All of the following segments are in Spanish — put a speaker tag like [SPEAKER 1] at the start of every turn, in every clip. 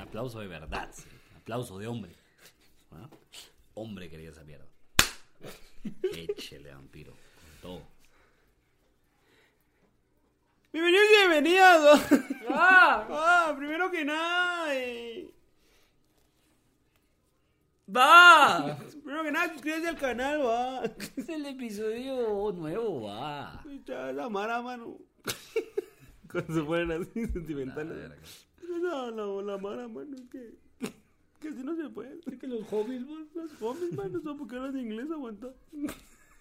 [SPEAKER 1] aplauso de verdad, sí. aplauso de hombre. ¿Ah? Hombre quería esa mierda. Échele vampiro, con todo.
[SPEAKER 2] Bienvenidos y bienvenidos. Ah, primero que nada. eh,
[SPEAKER 1] ¡Va!
[SPEAKER 2] Primero que nada, suscríbete al canal, va.
[SPEAKER 1] Es el episodio nuevo, va.
[SPEAKER 2] Ya, la mara, mano. Cuando se ponen así
[SPEAKER 1] Ah,
[SPEAKER 2] sentimentales. La, la, la mara, mano, que. Que así no se puede.
[SPEAKER 1] que los hobbies,
[SPEAKER 2] Los hombres, mano, son porque hablan inglés, aguanta.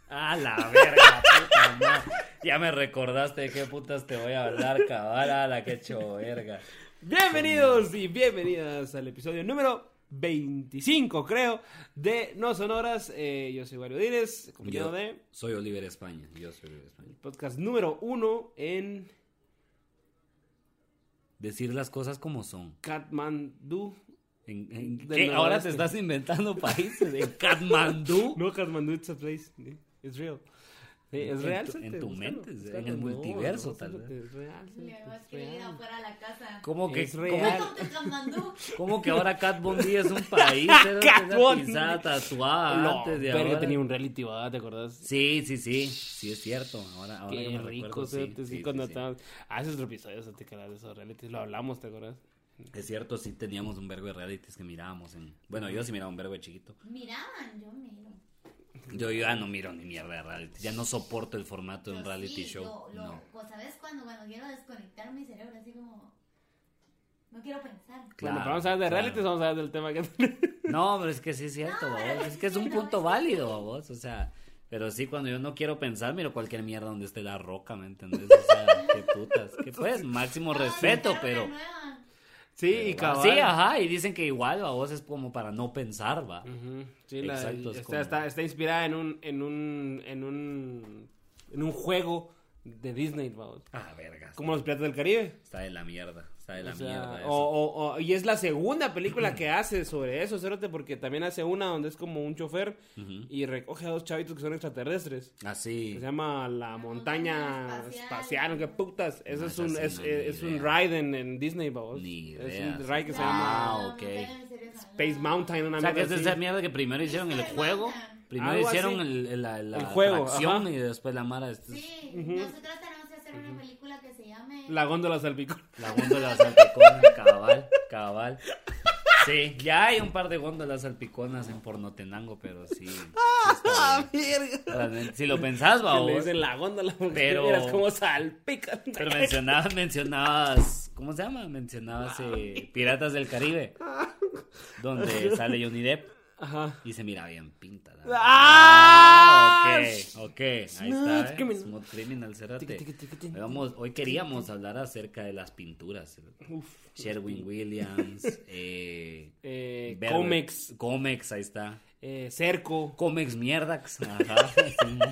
[SPEAKER 1] A la verga, puta madre. Ya me recordaste de qué putas te voy a hablar, cabal. A la que hecho verga.
[SPEAKER 2] Bienvenidos y bienvenidas al episodio número 25, creo, de No Sonoras. Eh, yo soy Wario Dírez, acompañado
[SPEAKER 1] Yo
[SPEAKER 2] de
[SPEAKER 1] soy Oliver España. Yo soy Oliver España.
[SPEAKER 2] podcast número uno en
[SPEAKER 1] Decir las cosas como son.
[SPEAKER 2] Katmandú.
[SPEAKER 1] En- en-
[SPEAKER 2] Del
[SPEAKER 1] ¿qué? Ahora
[SPEAKER 2] noroeste.
[SPEAKER 1] te estás inventando países. En Katmandú.
[SPEAKER 2] No, Katmandú, it's a place. eh, It's real. Eh,
[SPEAKER 1] En
[SPEAKER 2] Es real.
[SPEAKER 1] tu-
[SPEAKER 2] Sete,
[SPEAKER 1] en tu
[SPEAKER 2] búscalo,
[SPEAKER 1] mente,
[SPEAKER 2] búscalo,
[SPEAKER 1] en el
[SPEAKER 2] no,
[SPEAKER 1] multiverso,
[SPEAKER 2] no,
[SPEAKER 1] tal vez.
[SPEAKER 2] Sete, Es real.
[SPEAKER 3] Le
[SPEAKER 2] Sete,
[SPEAKER 3] hemos
[SPEAKER 2] es
[SPEAKER 3] querido
[SPEAKER 2] real.
[SPEAKER 3] afuera a la casa.
[SPEAKER 1] Pues, ¿Cómo que,
[SPEAKER 2] Es
[SPEAKER 1] cómo
[SPEAKER 2] real.
[SPEAKER 1] que-
[SPEAKER 3] ¿Cómo te camandú?
[SPEAKER 1] cómo que ahora Cat Bondi es un país? Era una
[SPEAKER 2] Kat Von D.
[SPEAKER 1] pisada tatuada
[SPEAKER 2] No,
[SPEAKER 1] Ah, antes de
[SPEAKER 2] verga,
[SPEAKER 1] ahora.
[SPEAKER 2] tenía un reality, ¿verdad? ¿te acordás?
[SPEAKER 1] Sí, sí, sí. Sí, es cierto. Ahora, ahora que
[SPEAKER 2] Qué
[SPEAKER 1] me
[SPEAKER 2] rico,
[SPEAKER 1] recuerdo, sí,
[SPEAKER 2] Sete,
[SPEAKER 1] sí,
[SPEAKER 2] sí,
[SPEAKER 1] sí,
[SPEAKER 2] cuando
[SPEAKER 1] sí.
[SPEAKER 2] estábamos... Ah, ese es otro episodio, Sete, que era de esos realities. Lo hablamos, ¿te acordás?
[SPEAKER 1] Es cierto, sí teníamos un vergo de realities que mirábamos en... Bueno, yo sí miraba un vergo de chiquito.
[SPEAKER 3] Miraban, yo miro.
[SPEAKER 1] Yo ya no miro ni mierda de reality. Ya no soporto el formato de un
[SPEAKER 3] Yo
[SPEAKER 1] reality
[SPEAKER 3] sí,
[SPEAKER 1] show.
[SPEAKER 3] lo- lo-
[SPEAKER 1] No.
[SPEAKER 3] co- ¿Sabes cuando, cuando quiero desconectar mi cerebro? Así como. No quiero pensar.
[SPEAKER 1] Claro,
[SPEAKER 2] bueno, pero vamos a hablar de
[SPEAKER 1] claro.
[SPEAKER 2] realities, vamos a hablar del tema que...
[SPEAKER 1] No, pero es que sí es cierto,
[SPEAKER 3] No,
[SPEAKER 1] babos.
[SPEAKER 3] pero
[SPEAKER 1] Es
[SPEAKER 3] sí
[SPEAKER 1] que es un
[SPEAKER 3] que no,
[SPEAKER 1] punto
[SPEAKER 3] es que-
[SPEAKER 1] válido, vos. O sea, pero sí, cuando yo no quiero pensar, miro cualquier mierda donde esté la roca, ¿me entendés? O sea, qué putas. Que pues, máximo
[SPEAKER 3] Ay,
[SPEAKER 1] respeto,
[SPEAKER 3] sacaron
[SPEAKER 1] pero.
[SPEAKER 3] una nueva.
[SPEAKER 2] sí,
[SPEAKER 1] pero
[SPEAKER 2] y
[SPEAKER 1] va.
[SPEAKER 2] cabal.
[SPEAKER 1] Sí, ajá, y dicen que igual, vos es como para no pensar, va.
[SPEAKER 2] Ujú, Sí, la-
[SPEAKER 1] Exacto, es
[SPEAKER 2] está,
[SPEAKER 1] como-
[SPEAKER 2] está- está inspirada en un, en un, en un, en un juego de Disney, vamos.
[SPEAKER 1] Ah, verga.
[SPEAKER 2] Como los piratas del Caribe.
[SPEAKER 1] Está de la mierda, está de la
[SPEAKER 2] O sea,
[SPEAKER 1] mierda.
[SPEAKER 2] o- o- o- y es la segunda película que hace sobre eso, cérate, porque también hace una donde es como un chofer
[SPEAKER 1] Ujú.
[SPEAKER 2] y recoge a dos chavitos que son extraterrestres.
[SPEAKER 1] Así.
[SPEAKER 2] Se llama La
[SPEAKER 3] La
[SPEAKER 2] Montaña
[SPEAKER 3] Montaña Espacial.
[SPEAKER 2] Espacial, qué putas. Eso
[SPEAKER 1] No,
[SPEAKER 2] es
[SPEAKER 1] esa
[SPEAKER 2] un,
[SPEAKER 1] sí
[SPEAKER 2] es, eh,
[SPEAKER 1] no, ni
[SPEAKER 2] es, es un
[SPEAKER 1] idea.
[SPEAKER 2] ride en, en Disney, vamos.
[SPEAKER 1] Ni
[SPEAKER 2] Es
[SPEAKER 1] idea,
[SPEAKER 2] un
[SPEAKER 1] sí.
[SPEAKER 2] ride que se
[SPEAKER 3] No,
[SPEAKER 2] llama
[SPEAKER 1] Ah,
[SPEAKER 3] no,
[SPEAKER 1] ok.
[SPEAKER 3] tengan misteriosa,
[SPEAKER 2] Space
[SPEAKER 3] no.
[SPEAKER 2] Mountain, una
[SPEAKER 1] O sea, que
[SPEAKER 2] mierda
[SPEAKER 1] es de
[SPEAKER 2] así.
[SPEAKER 1] esa mierda que primero hicieron el
[SPEAKER 3] Esta es
[SPEAKER 1] juego,
[SPEAKER 3] buena.
[SPEAKER 1] primero
[SPEAKER 2] Algo
[SPEAKER 1] hicieron
[SPEAKER 2] así.
[SPEAKER 1] el, el- la, la
[SPEAKER 2] El juego,
[SPEAKER 1] atracción
[SPEAKER 2] ajá.
[SPEAKER 1] y después la mara. Este es
[SPEAKER 3] Sí,
[SPEAKER 2] Ujú.
[SPEAKER 3] nosotros tenemos que hacer una película que se llame.
[SPEAKER 2] La góndola salpicó.
[SPEAKER 1] La góndola salpicona, cabal, cabal. Sí, ya hay un par de góndolas salpiconas en Pornotenango, pero sí. sí está bien. Realmente, si lo pensás, va
[SPEAKER 2] Que le
[SPEAKER 1] vos.
[SPEAKER 2] dicen la góndola porque
[SPEAKER 1] Pero-
[SPEAKER 2] miras cómo salpica.
[SPEAKER 1] Pero mencionabas, mencionabas, ¿cómo se llama? Mencionabas eh, Piratas del Caribe, donde sale Johnny Depp
[SPEAKER 2] Ajá.
[SPEAKER 1] y se mira bien pinta. la verdad.
[SPEAKER 2] ¡Ah!
[SPEAKER 1] Ah, ok, ok, ahí
[SPEAKER 2] Smooth
[SPEAKER 1] está. eh.
[SPEAKER 2] Criminal.
[SPEAKER 1] Smooth Criminal, cérate.
[SPEAKER 2] Tiqui, tiqui, tiqui, tiqui.
[SPEAKER 1] Hoy vamos- hoy queríamos hablar acerca de las pinturas. cérate.
[SPEAKER 2] Uf. pues,
[SPEAKER 1] Sherwin Williams, eh,
[SPEAKER 2] Eh,
[SPEAKER 1] Berber-
[SPEAKER 2] Comex,
[SPEAKER 1] Comex, ahí está.
[SPEAKER 2] eh, Cerco.
[SPEAKER 1] Comex mierdax. Ajá, sí,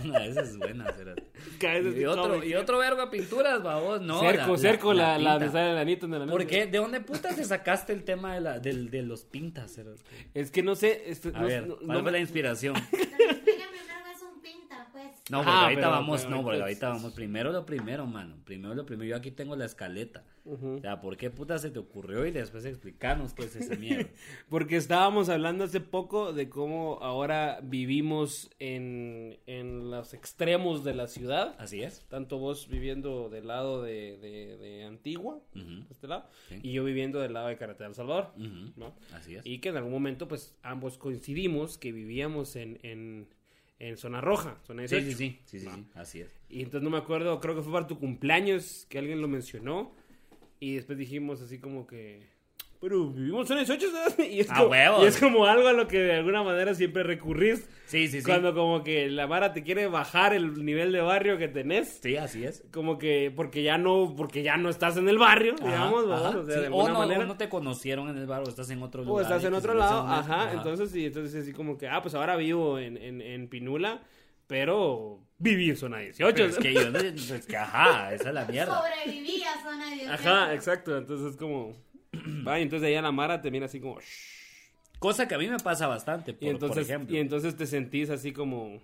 [SPEAKER 1] una de esas es buena. cérate.
[SPEAKER 2] Cada vez
[SPEAKER 1] Y otro,
[SPEAKER 2] Comex. ¿eh?
[SPEAKER 1] y otro vergo de pinturas, babos, ¿no?
[SPEAKER 2] cerco, cerco, la, la, donde
[SPEAKER 1] pinta.
[SPEAKER 2] sale el anito en el anillo.
[SPEAKER 1] ¿Por qué? ¿De dónde puta te sacaste el tema de, la, del- de los pintas? cérate?
[SPEAKER 2] Es que no sé. esto-
[SPEAKER 1] A
[SPEAKER 2] no-
[SPEAKER 1] ver,
[SPEAKER 2] no-
[SPEAKER 1] ¿cuál
[SPEAKER 2] no-
[SPEAKER 1] fue la inspiración?
[SPEAKER 3] Pero explícame una vez un pinta, pues.
[SPEAKER 1] No,
[SPEAKER 2] Ah,
[SPEAKER 1] porque ahorita
[SPEAKER 2] pero-
[SPEAKER 1] vamos,
[SPEAKER 2] pero
[SPEAKER 1] no, porque
[SPEAKER 2] ahorita-
[SPEAKER 1] ahorita vamos. Primero lo primero, mano. Primero lo primero. Yo aquí tengo la escaleta. O sea, ¿por qué puta se te ocurrió? Y después explicarnos qué es ese mierda.
[SPEAKER 2] Porque estábamos hablando hace poco de cómo ahora vivimos en, en los extremos de la ciudad.
[SPEAKER 1] Así es.
[SPEAKER 2] Tanto vos viviendo del lado de, de- de Antigua,
[SPEAKER 1] Ujú.
[SPEAKER 2] de este lado,
[SPEAKER 1] Sí.
[SPEAKER 2] y yo viviendo del lado de Carretera del Salvador.
[SPEAKER 1] Ujú.
[SPEAKER 2] ¿no?
[SPEAKER 1] Así es.
[SPEAKER 2] Y que en algún momento, pues, ambos coincidimos que vivíamos en, en, en zona roja, zona
[SPEAKER 1] Sí,
[SPEAKER 2] 18.
[SPEAKER 1] sí, sí, sí, sí, sí, así es.
[SPEAKER 2] Y entonces no me acuerdo, creo que fue para tu cumpleaños que alguien lo mencionó. Y después dijimos así como que... Pero vivimos en 18, ¿sabes? Y es,
[SPEAKER 1] ¡A
[SPEAKER 2] como,
[SPEAKER 1] huevos!
[SPEAKER 2] y es como algo a lo que de alguna manera siempre recurrís.
[SPEAKER 1] Sí, sí, sí.
[SPEAKER 2] Cuando como que la vara te quiere bajar el nivel de barrio que tenés.
[SPEAKER 1] Sí, así es.
[SPEAKER 2] Como que porque ya no, porque ya no estás en el barrio,
[SPEAKER 1] Ajá,
[SPEAKER 2] digamos, ¿verdad?
[SPEAKER 1] ajá,
[SPEAKER 2] O sea,
[SPEAKER 1] sí,
[SPEAKER 2] de
[SPEAKER 1] o
[SPEAKER 2] alguna
[SPEAKER 1] no,
[SPEAKER 2] manera.
[SPEAKER 1] o no te conocieron en el bar o estás en otro
[SPEAKER 2] O
[SPEAKER 1] lugar.
[SPEAKER 2] estás
[SPEAKER 1] y
[SPEAKER 2] en
[SPEAKER 1] que
[SPEAKER 2] otro
[SPEAKER 1] se les
[SPEAKER 2] lado,
[SPEAKER 1] hace un-
[SPEAKER 2] ajá, entonces sí, entonces así como que, ah, pues ahora vivo en, en, en Pinula, pero viví en zona 18.
[SPEAKER 1] Pero es que yo, es que ajá, esa es la mierda.
[SPEAKER 3] Sobreviví a zona 18.
[SPEAKER 2] Ajá, exacto, entonces es como, va, y entonces allá la Mara te mira así como, "Shh".
[SPEAKER 1] Cosa que a mí me pasa bastante, por,
[SPEAKER 2] y entonces,
[SPEAKER 1] por ejemplo.
[SPEAKER 2] y entonces te sentís así como,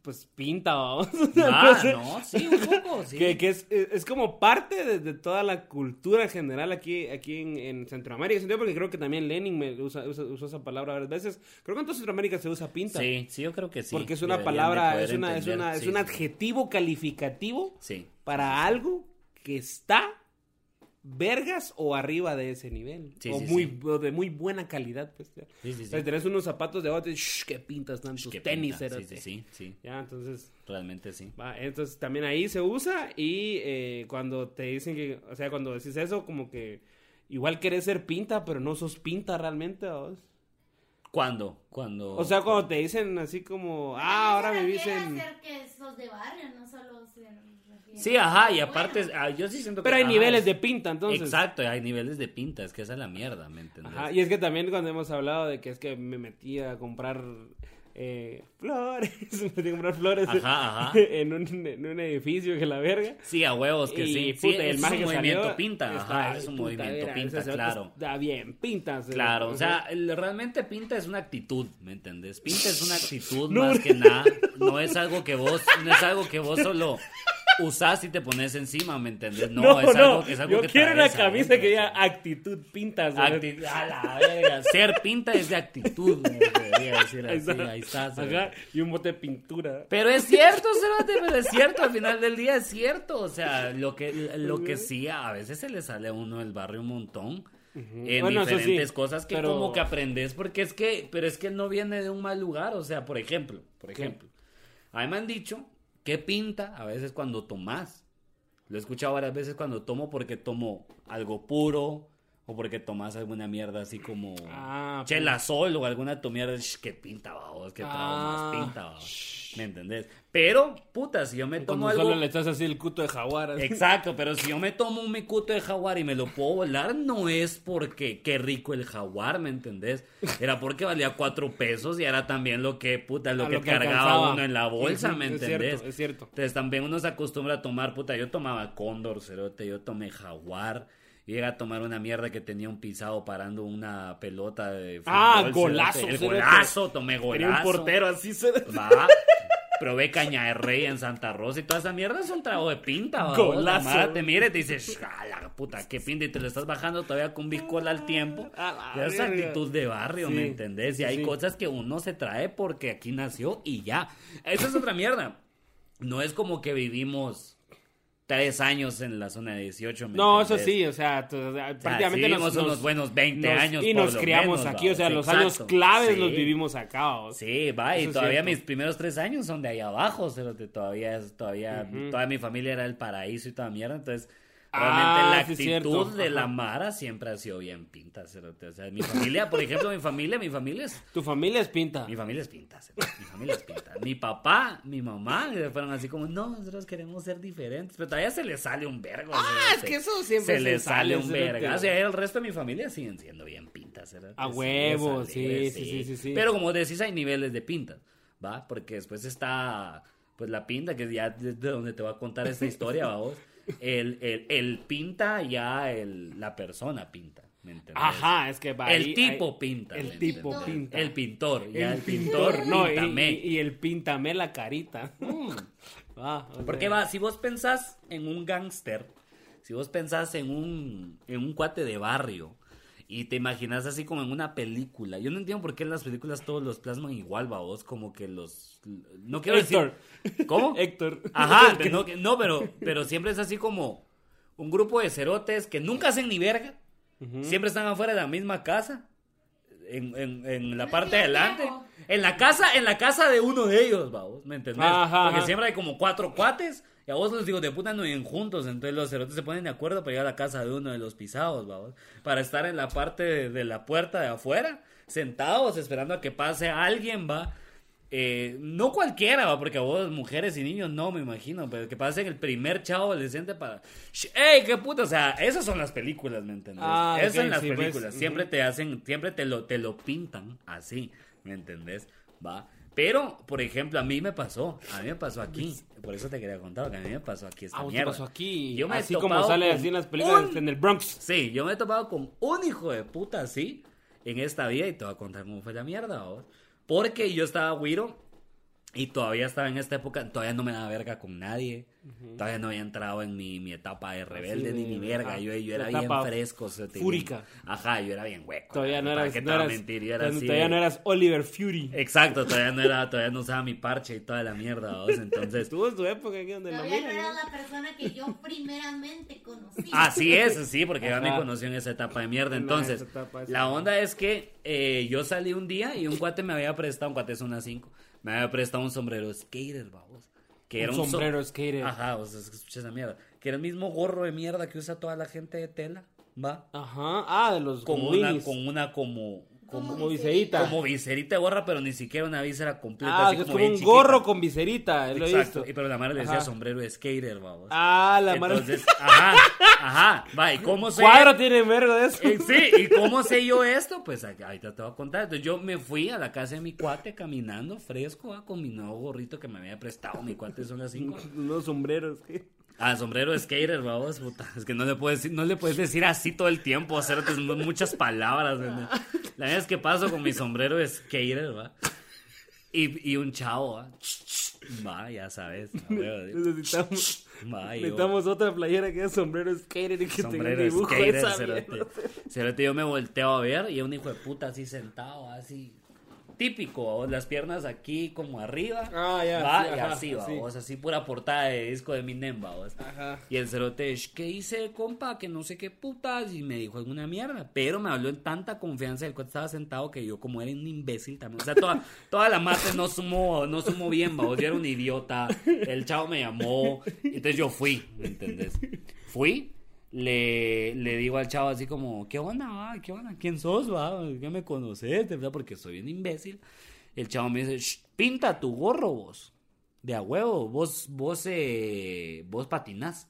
[SPEAKER 2] pues pinta, vamos.
[SPEAKER 1] Ah, no, sí, un poco, sí.
[SPEAKER 2] Que, que es, es, es como parte de, de toda la cultura general aquí, aquí en, en Centroamérica. En sentido, Porque creo que también Lenin me usa, usa- usó esa palabra varias veces. Creo que en toda Centroamérica se usa pinta.
[SPEAKER 1] Sí, sí, yo creo que sí.
[SPEAKER 2] porque es una
[SPEAKER 1] Deberían de
[SPEAKER 2] palabra,
[SPEAKER 1] poder
[SPEAKER 2] es, una, es,
[SPEAKER 1] entender,
[SPEAKER 2] una, es
[SPEAKER 1] sí,
[SPEAKER 2] un
[SPEAKER 1] sí.
[SPEAKER 2] adjetivo calificativo
[SPEAKER 1] Sí.
[SPEAKER 2] para algo que está vergas o arriba de ese nivel.
[SPEAKER 1] Sí,
[SPEAKER 2] o
[SPEAKER 1] sí,
[SPEAKER 2] muy,
[SPEAKER 1] sí.
[SPEAKER 2] o de muy buena calidad. Pues, ya.
[SPEAKER 1] Sí, sí, sí.
[SPEAKER 2] O sea, tenés unos zapatos de abajo, te- shh, que pintas tantos
[SPEAKER 1] Qué
[SPEAKER 2] tenis,
[SPEAKER 1] pinta, sí,
[SPEAKER 2] cerote.
[SPEAKER 1] sí, sí, sí,
[SPEAKER 2] Ya, entonces...
[SPEAKER 1] realmente sí.
[SPEAKER 2] Va, entonces también ahí se usa y eh, cuando te dicen que, o sea, cuando decís eso, como que igual querés ser pinta, pero no sos pinta realmente. ¿vos?
[SPEAKER 1] ¿Cuándo? Cuando.
[SPEAKER 2] O sea, cuando te dicen así como, ah, ahora
[SPEAKER 3] me
[SPEAKER 2] vivís
[SPEAKER 3] dicen
[SPEAKER 2] en...
[SPEAKER 3] que sos de barrio, no solo se refiere-
[SPEAKER 1] Sí, ajá, y aparte,
[SPEAKER 3] Bueno,
[SPEAKER 1] ah, yo sí siento que.
[SPEAKER 2] Pero hay
[SPEAKER 1] ajá,
[SPEAKER 2] niveles
[SPEAKER 1] es-
[SPEAKER 2] de pinta, entonces.
[SPEAKER 1] Exacto, hay niveles de pinta, es que esa es la mierda, ¿me entiendes?
[SPEAKER 2] Ajá, y es que también cuando hemos hablado de que es que me metí a comprar eh, flores, me metí a comprar flores
[SPEAKER 1] Ajá, ajá.
[SPEAKER 2] En, un, en un edificio que la verga.
[SPEAKER 1] Sí, a huevos que
[SPEAKER 2] Y,
[SPEAKER 1] sí. sí,
[SPEAKER 2] puta, el
[SPEAKER 1] es
[SPEAKER 2] maje
[SPEAKER 1] un
[SPEAKER 2] que
[SPEAKER 1] movimiento
[SPEAKER 2] salió
[SPEAKER 1] pinta,
[SPEAKER 2] está-
[SPEAKER 1] ajá, es un
[SPEAKER 2] puta,
[SPEAKER 1] movimiento
[SPEAKER 2] verga,
[SPEAKER 1] pinta,
[SPEAKER 2] ese cerote
[SPEAKER 1] claro.
[SPEAKER 2] Está bien, pinta. cerote.
[SPEAKER 1] Claro, o
[SPEAKER 2] Ajá.
[SPEAKER 1] sea, el- realmente pinta es una actitud, ¿me entendés? Pinta es una actitud
[SPEAKER 2] No,
[SPEAKER 1] más
[SPEAKER 2] bro.
[SPEAKER 1] que nada, no es algo que vos, no es algo que vos solo usás y te pones encima, ¿me entendés? No, es algo, es algo
[SPEAKER 2] yo
[SPEAKER 1] que
[SPEAKER 2] quiero una
[SPEAKER 1] traes
[SPEAKER 2] camisa que
[SPEAKER 1] adentro,
[SPEAKER 2] diga "Ah, actitud pintas. ¿verdad?
[SPEAKER 1] Acti- a la verga, ser pinta es de actitud, güey, debería decir
[SPEAKER 2] Ahí
[SPEAKER 1] así,
[SPEAKER 2] está.
[SPEAKER 1] ahí está. güey.
[SPEAKER 2] Ajá, y un bote de pintura.
[SPEAKER 1] Pero es cierto, Cerote, pero es cierto, al final del día es cierto. O sea, lo que, lo que sí, a veces se le sale a uno del barrio un montón. En
[SPEAKER 2] Bueno, eso sí,
[SPEAKER 1] diferentes cosas que
[SPEAKER 2] pero-
[SPEAKER 1] como que aprendes, porque es que, pero es que no viene de un mal lugar. O sea, por ejemplo, por ejemplo, a mí me han dicho que pinta a veces cuando tomás. Lo he escuchado varias veces cuando tomo porque tomo algo puro o porque tomas alguna mierda así como
[SPEAKER 2] Ah,
[SPEAKER 1] chela sol o alguna tu mierda sh, que pinta, babos, que
[SPEAKER 2] Ah,
[SPEAKER 1] trago más pinta, babos. ¿Me entendés? Pero, puta, si yo me tomo
[SPEAKER 2] Cuando
[SPEAKER 1] algo...
[SPEAKER 2] solo le estás así el cuto de jaguar. así.
[SPEAKER 1] Exacto, pero si yo me tomo un micuto de jaguar y me lo puedo volar, no es porque qué rico el jaguar, ¿me entendés? Era porque valía cuatro pesos y era también lo que, puta, lo
[SPEAKER 2] A
[SPEAKER 1] que, cargaba
[SPEAKER 2] alcanzaba.
[SPEAKER 1] uno en la bolsa,
[SPEAKER 2] Sí, sí,
[SPEAKER 1] ¿me
[SPEAKER 2] es
[SPEAKER 1] entendés?
[SPEAKER 2] cierto, Es cierto.
[SPEAKER 1] Entonces también uno se acostumbra a tomar, puta, yo tomaba cóndor, cerote, yo tomé jaguar. Y era a tomar una mierda que tenía un pisado parando una pelota de fútbol.
[SPEAKER 2] Ah,
[SPEAKER 1] cerote.
[SPEAKER 2] golazo,
[SPEAKER 1] El
[SPEAKER 2] cerote.
[SPEAKER 1] golazo, tomé golazo.
[SPEAKER 2] Tenía un portero así. se-
[SPEAKER 1] Va. Probé caña de rey en Santa Rosa y toda esa mierda es un trago de pinta. ¿va?
[SPEAKER 2] Golazo.
[SPEAKER 1] La mara te mira y te dice, "Shh, a la puta, qué pinta. Y te lo estás bajando todavía con bicola al tiempo.
[SPEAKER 2] A la
[SPEAKER 1] Ya es
[SPEAKER 2] verga.
[SPEAKER 1] actitud de barrio,
[SPEAKER 2] Sí,
[SPEAKER 1] ¿me entendés?
[SPEAKER 2] sí,
[SPEAKER 1] Y hay
[SPEAKER 2] sí.
[SPEAKER 1] cosas que uno se trae porque aquí nació y ya. Esa es otra mierda. No es como que vivimos tres años en la zona de 18. ¿me
[SPEAKER 2] No, eso
[SPEAKER 1] entendés?
[SPEAKER 2] sí, o sea, tú- o sea, prácticamente
[SPEAKER 1] sí,
[SPEAKER 2] nos-
[SPEAKER 1] vivimos
[SPEAKER 2] nos-
[SPEAKER 1] unos buenos 20
[SPEAKER 2] nos-
[SPEAKER 1] años
[SPEAKER 2] Y
[SPEAKER 1] por
[SPEAKER 2] nos
[SPEAKER 1] lo
[SPEAKER 2] criamos
[SPEAKER 1] menos,
[SPEAKER 2] aquí, o sea,
[SPEAKER 1] vamos,
[SPEAKER 2] los años
[SPEAKER 1] exacto.
[SPEAKER 2] claves los
[SPEAKER 1] Sí.
[SPEAKER 2] vivimos acá. vamos.
[SPEAKER 1] Sí, va, y
[SPEAKER 2] Eso es
[SPEAKER 1] todavía
[SPEAKER 2] cierto.
[SPEAKER 1] mis primeros tres años son de ahí abajo, cerote, todavía, es- todavía, toda mi familia era el paraíso y toda mierda, entonces, realmente
[SPEAKER 2] Ah,
[SPEAKER 1] la
[SPEAKER 2] sí es
[SPEAKER 1] actitud
[SPEAKER 2] cierto,
[SPEAKER 1] de la
[SPEAKER 2] ajá.
[SPEAKER 1] Mara siempre ha sido bien pinta, cerote, o sea, mi familia, por ejemplo, mi familia, mi familia es,
[SPEAKER 2] Tu familia es pinta.
[SPEAKER 1] mi familia es pinta, cerote, mi familia es pinta, mi papá, mi mamá, fueron así como, no, nosotros queremos ser diferentes, pero todavía se les sale un vergo,
[SPEAKER 2] Ah, es
[SPEAKER 1] cerote.
[SPEAKER 2] que eso siempre
[SPEAKER 1] se les sale un ¿eh?
[SPEAKER 2] cerote.
[SPEAKER 1] verga. O sea, el resto de mi familia siguen siendo bien pintas, ¿verdad?
[SPEAKER 2] A
[SPEAKER 1] Sí,
[SPEAKER 2] huevo,
[SPEAKER 1] es
[SPEAKER 2] sí,
[SPEAKER 1] alegre,
[SPEAKER 2] sí, sí, sí, sí.
[SPEAKER 1] Pero como decís, hay niveles de pintas, ¿va? Porque después está, pues, la pinta, que ya es de donde te voy a contar esta historia, vamos. El, el, el pinta ya el, la persona pinta, ¿me entiendes?
[SPEAKER 2] Ajá, es que va ahí-
[SPEAKER 1] El tipo
[SPEAKER 2] ahí-
[SPEAKER 1] pinta.
[SPEAKER 2] el
[SPEAKER 1] ¿me
[SPEAKER 2] tipo
[SPEAKER 1] entiendes?
[SPEAKER 2] pinta.
[SPEAKER 1] El pintor. Ya
[SPEAKER 2] el,
[SPEAKER 1] el, pintor,
[SPEAKER 2] no, y-
[SPEAKER 1] píntame.
[SPEAKER 2] y, y el píntame la carita. Ah, o sea,
[SPEAKER 1] Porque va, si vos pensás en un gángster, si vos pensás en un, en un cuate de barrio y te imaginas así como en una película, yo no entiendo por qué en las películas todos los plasman igual, va vos, como que los... No quiero
[SPEAKER 2] Héctor.
[SPEAKER 1] decir... ¿Cómo?
[SPEAKER 2] Héctor.
[SPEAKER 1] Ajá, que no, que- no, pero, pero siempre es así como un grupo de cerotes que nunca hacen ni verga, siempre están afuera de la misma casa. En, en- en la
[SPEAKER 3] No
[SPEAKER 1] parte de
[SPEAKER 3] tienen
[SPEAKER 1] adelante.
[SPEAKER 3] tiempo.
[SPEAKER 1] En la casa, en la casa de uno de ellos, vamos, ¿me entendés?
[SPEAKER 2] Ajá,
[SPEAKER 1] Porque
[SPEAKER 2] ajá.
[SPEAKER 1] siempre hay como cuatro cuates y a vos los digo de puta no viven juntos, entonces los cerotes se ponen de acuerdo para ir a la casa de uno de los pisados, vamos, para estar en la parte de, de la puerta de afuera, sentados esperando a que pase alguien, va. Eh, no cualquiera, va, porque a vos, mujeres y niños, no me imagino, pero que pasen el primer chavo adolescente para. Sh- ¡Ey, qué puta! O sea, esas son las películas, ¿me entendés?
[SPEAKER 2] Ah,
[SPEAKER 1] esas
[SPEAKER 2] ok,
[SPEAKER 1] son las
[SPEAKER 2] sí, pues,
[SPEAKER 1] películas.
[SPEAKER 2] ujú.
[SPEAKER 1] Siempre te hacen, siempre te lo, te lo pintan así, ¿me entendés? Va. Pero, por ejemplo, a mí me pasó, a mí me pasó aquí, por eso te quería contar, que a mí me pasó aquí esta
[SPEAKER 2] Ah, usted
[SPEAKER 1] mierda.
[SPEAKER 2] pasó aquí.
[SPEAKER 1] Yo me he
[SPEAKER 2] así como
[SPEAKER 1] topado
[SPEAKER 2] sale
[SPEAKER 1] con
[SPEAKER 2] así en las películas este,
[SPEAKER 1] un-
[SPEAKER 2] en el Bronx.
[SPEAKER 1] Sí, yo me he topado con un hijo de puta así en esta vida y te voy a contar cómo fue la mierda, vos. Porque yo estaba güiro Y todavía estaba en esta época, todavía no me daba verga con nadie. Todavía no había entrado en mi, mi etapa
[SPEAKER 2] Ah,
[SPEAKER 1] de rebelde
[SPEAKER 2] de-
[SPEAKER 1] ni mi verga.
[SPEAKER 2] ajá,
[SPEAKER 1] Yo, yo era
[SPEAKER 2] la
[SPEAKER 1] bien
[SPEAKER 2] etapa
[SPEAKER 1] fresco. o sea, te-
[SPEAKER 2] fúrica.
[SPEAKER 1] Ajá, yo era bien hueco.
[SPEAKER 2] Todavía no
[SPEAKER 1] ¿Para
[SPEAKER 2] eras,
[SPEAKER 1] qué te
[SPEAKER 2] no
[SPEAKER 1] voy a
[SPEAKER 2] eras,
[SPEAKER 1] mentir? Yo era así
[SPEAKER 2] todavía
[SPEAKER 1] de- Este,
[SPEAKER 2] no eras Oliver Fury.
[SPEAKER 1] Exacto, todavía no era, todavía no usaba mi parche y toda la mierda, ¿vos? Entonces,
[SPEAKER 2] Estuvo en tu época aquí donde la
[SPEAKER 3] Todavía no era
[SPEAKER 2] mira.
[SPEAKER 3] la persona que yo primeramente conocí.
[SPEAKER 1] Así es, sí, porque yo me
[SPEAKER 2] Ajá.
[SPEAKER 1] conocí en esa etapa de mierda.
[SPEAKER 2] En
[SPEAKER 1] Entonces,
[SPEAKER 2] esa etapa, esa
[SPEAKER 1] la
[SPEAKER 2] etapa.
[SPEAKER 1] onda es que eh, yo salí un día y un cuate me había prestado, un cuate es una 5, me había prestado un sombrero skater, babos. Que
[SPEAKER 2] Un
[SPEAKER 1] era un so-
[SPEAKER 2] sombrero skater.
[SPEAKER 1] Ajá, o sea, es que escucha esa mierda. Que era el mismo gorro de mierda que usa toda la gente de tela, ¿va?
[SPEAKER 2] Ajá. Ah, de los
[SPEAKER 1] Con una,
[SPEAKER 2] comodines.
[SPEAKER 1] con una como, como,
[SPEAKER 2] como viserita.
[SPEAKER 1] como viserita de gorra, pero ni siquiera una visera completa.
[SPEAKER 2] Ah,
[SPEAKER 1] así
[SPEAKER 2] que es
[SPEAKER 1] como
[SPEAKER 2] como
[SPEAKER 1] bien
[SPEAKER 2] un
[SPEAKER 1] chiquita.
[SPEAKER 2] gorro con viserita. Lo he
[SPEAKER 1] Exacto.
[SPEAKER 2] visto.
[SPEAKER 1] Y pero la madre le decía
[SPEAKER 2] Ajá.
[SPEAKER 1] sombrero de skater, babos.
[SPEAKER 2] Ah, la mara.
[SPEAKER 1] Entonces, ajá, ajá, va, ¿y cómo se...
[SPEAKER 2] Cuadro tiene verga de eso.
[SPEAKER 1] Eh, sí, ¿y cómo sé yo esto? Pues ahí- ahorita te voy a contar. Entonces yo me fui a la casa de mi cuate caminando fresco, ah, con mi nuevo gorrito que me había prestado. Mi cuate son las cinco.
[SPEAKER 2] Unos sombreros.
[SPEAKER 1] Ah, sombrero de skater, babos, puta. Es que no le puedes decir, no le puedes decir así todo el tiempo, hacer muchas palabras. ¿verdad? La vez que paso con mi sombrero de skater, va. Y, y un chavo, va. Va, ya sabes. a huevo,
[SPEAKER 2] Necesitamos,
[SPEAKER 1] Va, y yo-
[SPEAKER 2] necesitamos otra playera que sea sombrero skater y que tenga el
[SPEAKER 1] oh. sombrero
[SPEAKER 2] dibujo de
[SPEAKER 1] skater,
[SPEAKER 2] esa
[SPEAKER 1] cerote.
[SPEAKER 2] mierda.
[SPEAKER 1] Cerote, yo me volteo a ver y un hijo de puta así sentado, así. Típico, ¿va? las piernas aquí como arriba.
[SPEAKER 2] Ah, ya,
[SPEAKER 1] va,
[SPEAKER 2] sí,
[SPEAKER 1] y
[SPEAKER 2] ajá,
[SPEAKER 1] así, va,
[SPEAKER 2] así.
[SPEAKER 1] vos, así pura portada de disco de Eminem, va, vos.
[SPEAKER 2] Ajá.
[SPEAKER 1] Y el cerote, "Sh, ¿qué hice, compa? Que no sé qué putas. Y me dijo alguna mierda. Pero me habló en tanta confianza del cual estaba sentado que yo, como era un imbécil también. O sea, toda, toda la mate no sumó, no sumó bien, babos. Yo era un idiota. El chavo me llamó. Entonces yo fui, ¿me entendés? Fui. Le, le digo al chavo así como, ¿qué onda? va? ¿Qué onda? ¿Quién sos? Va? ¿Qué me conoces? ¿Verdad? Porque soy un imbécil. El chavo me dice, "Sh, pinta tu gorro vos. De a huevo, vos, vos, eh, vos patinás.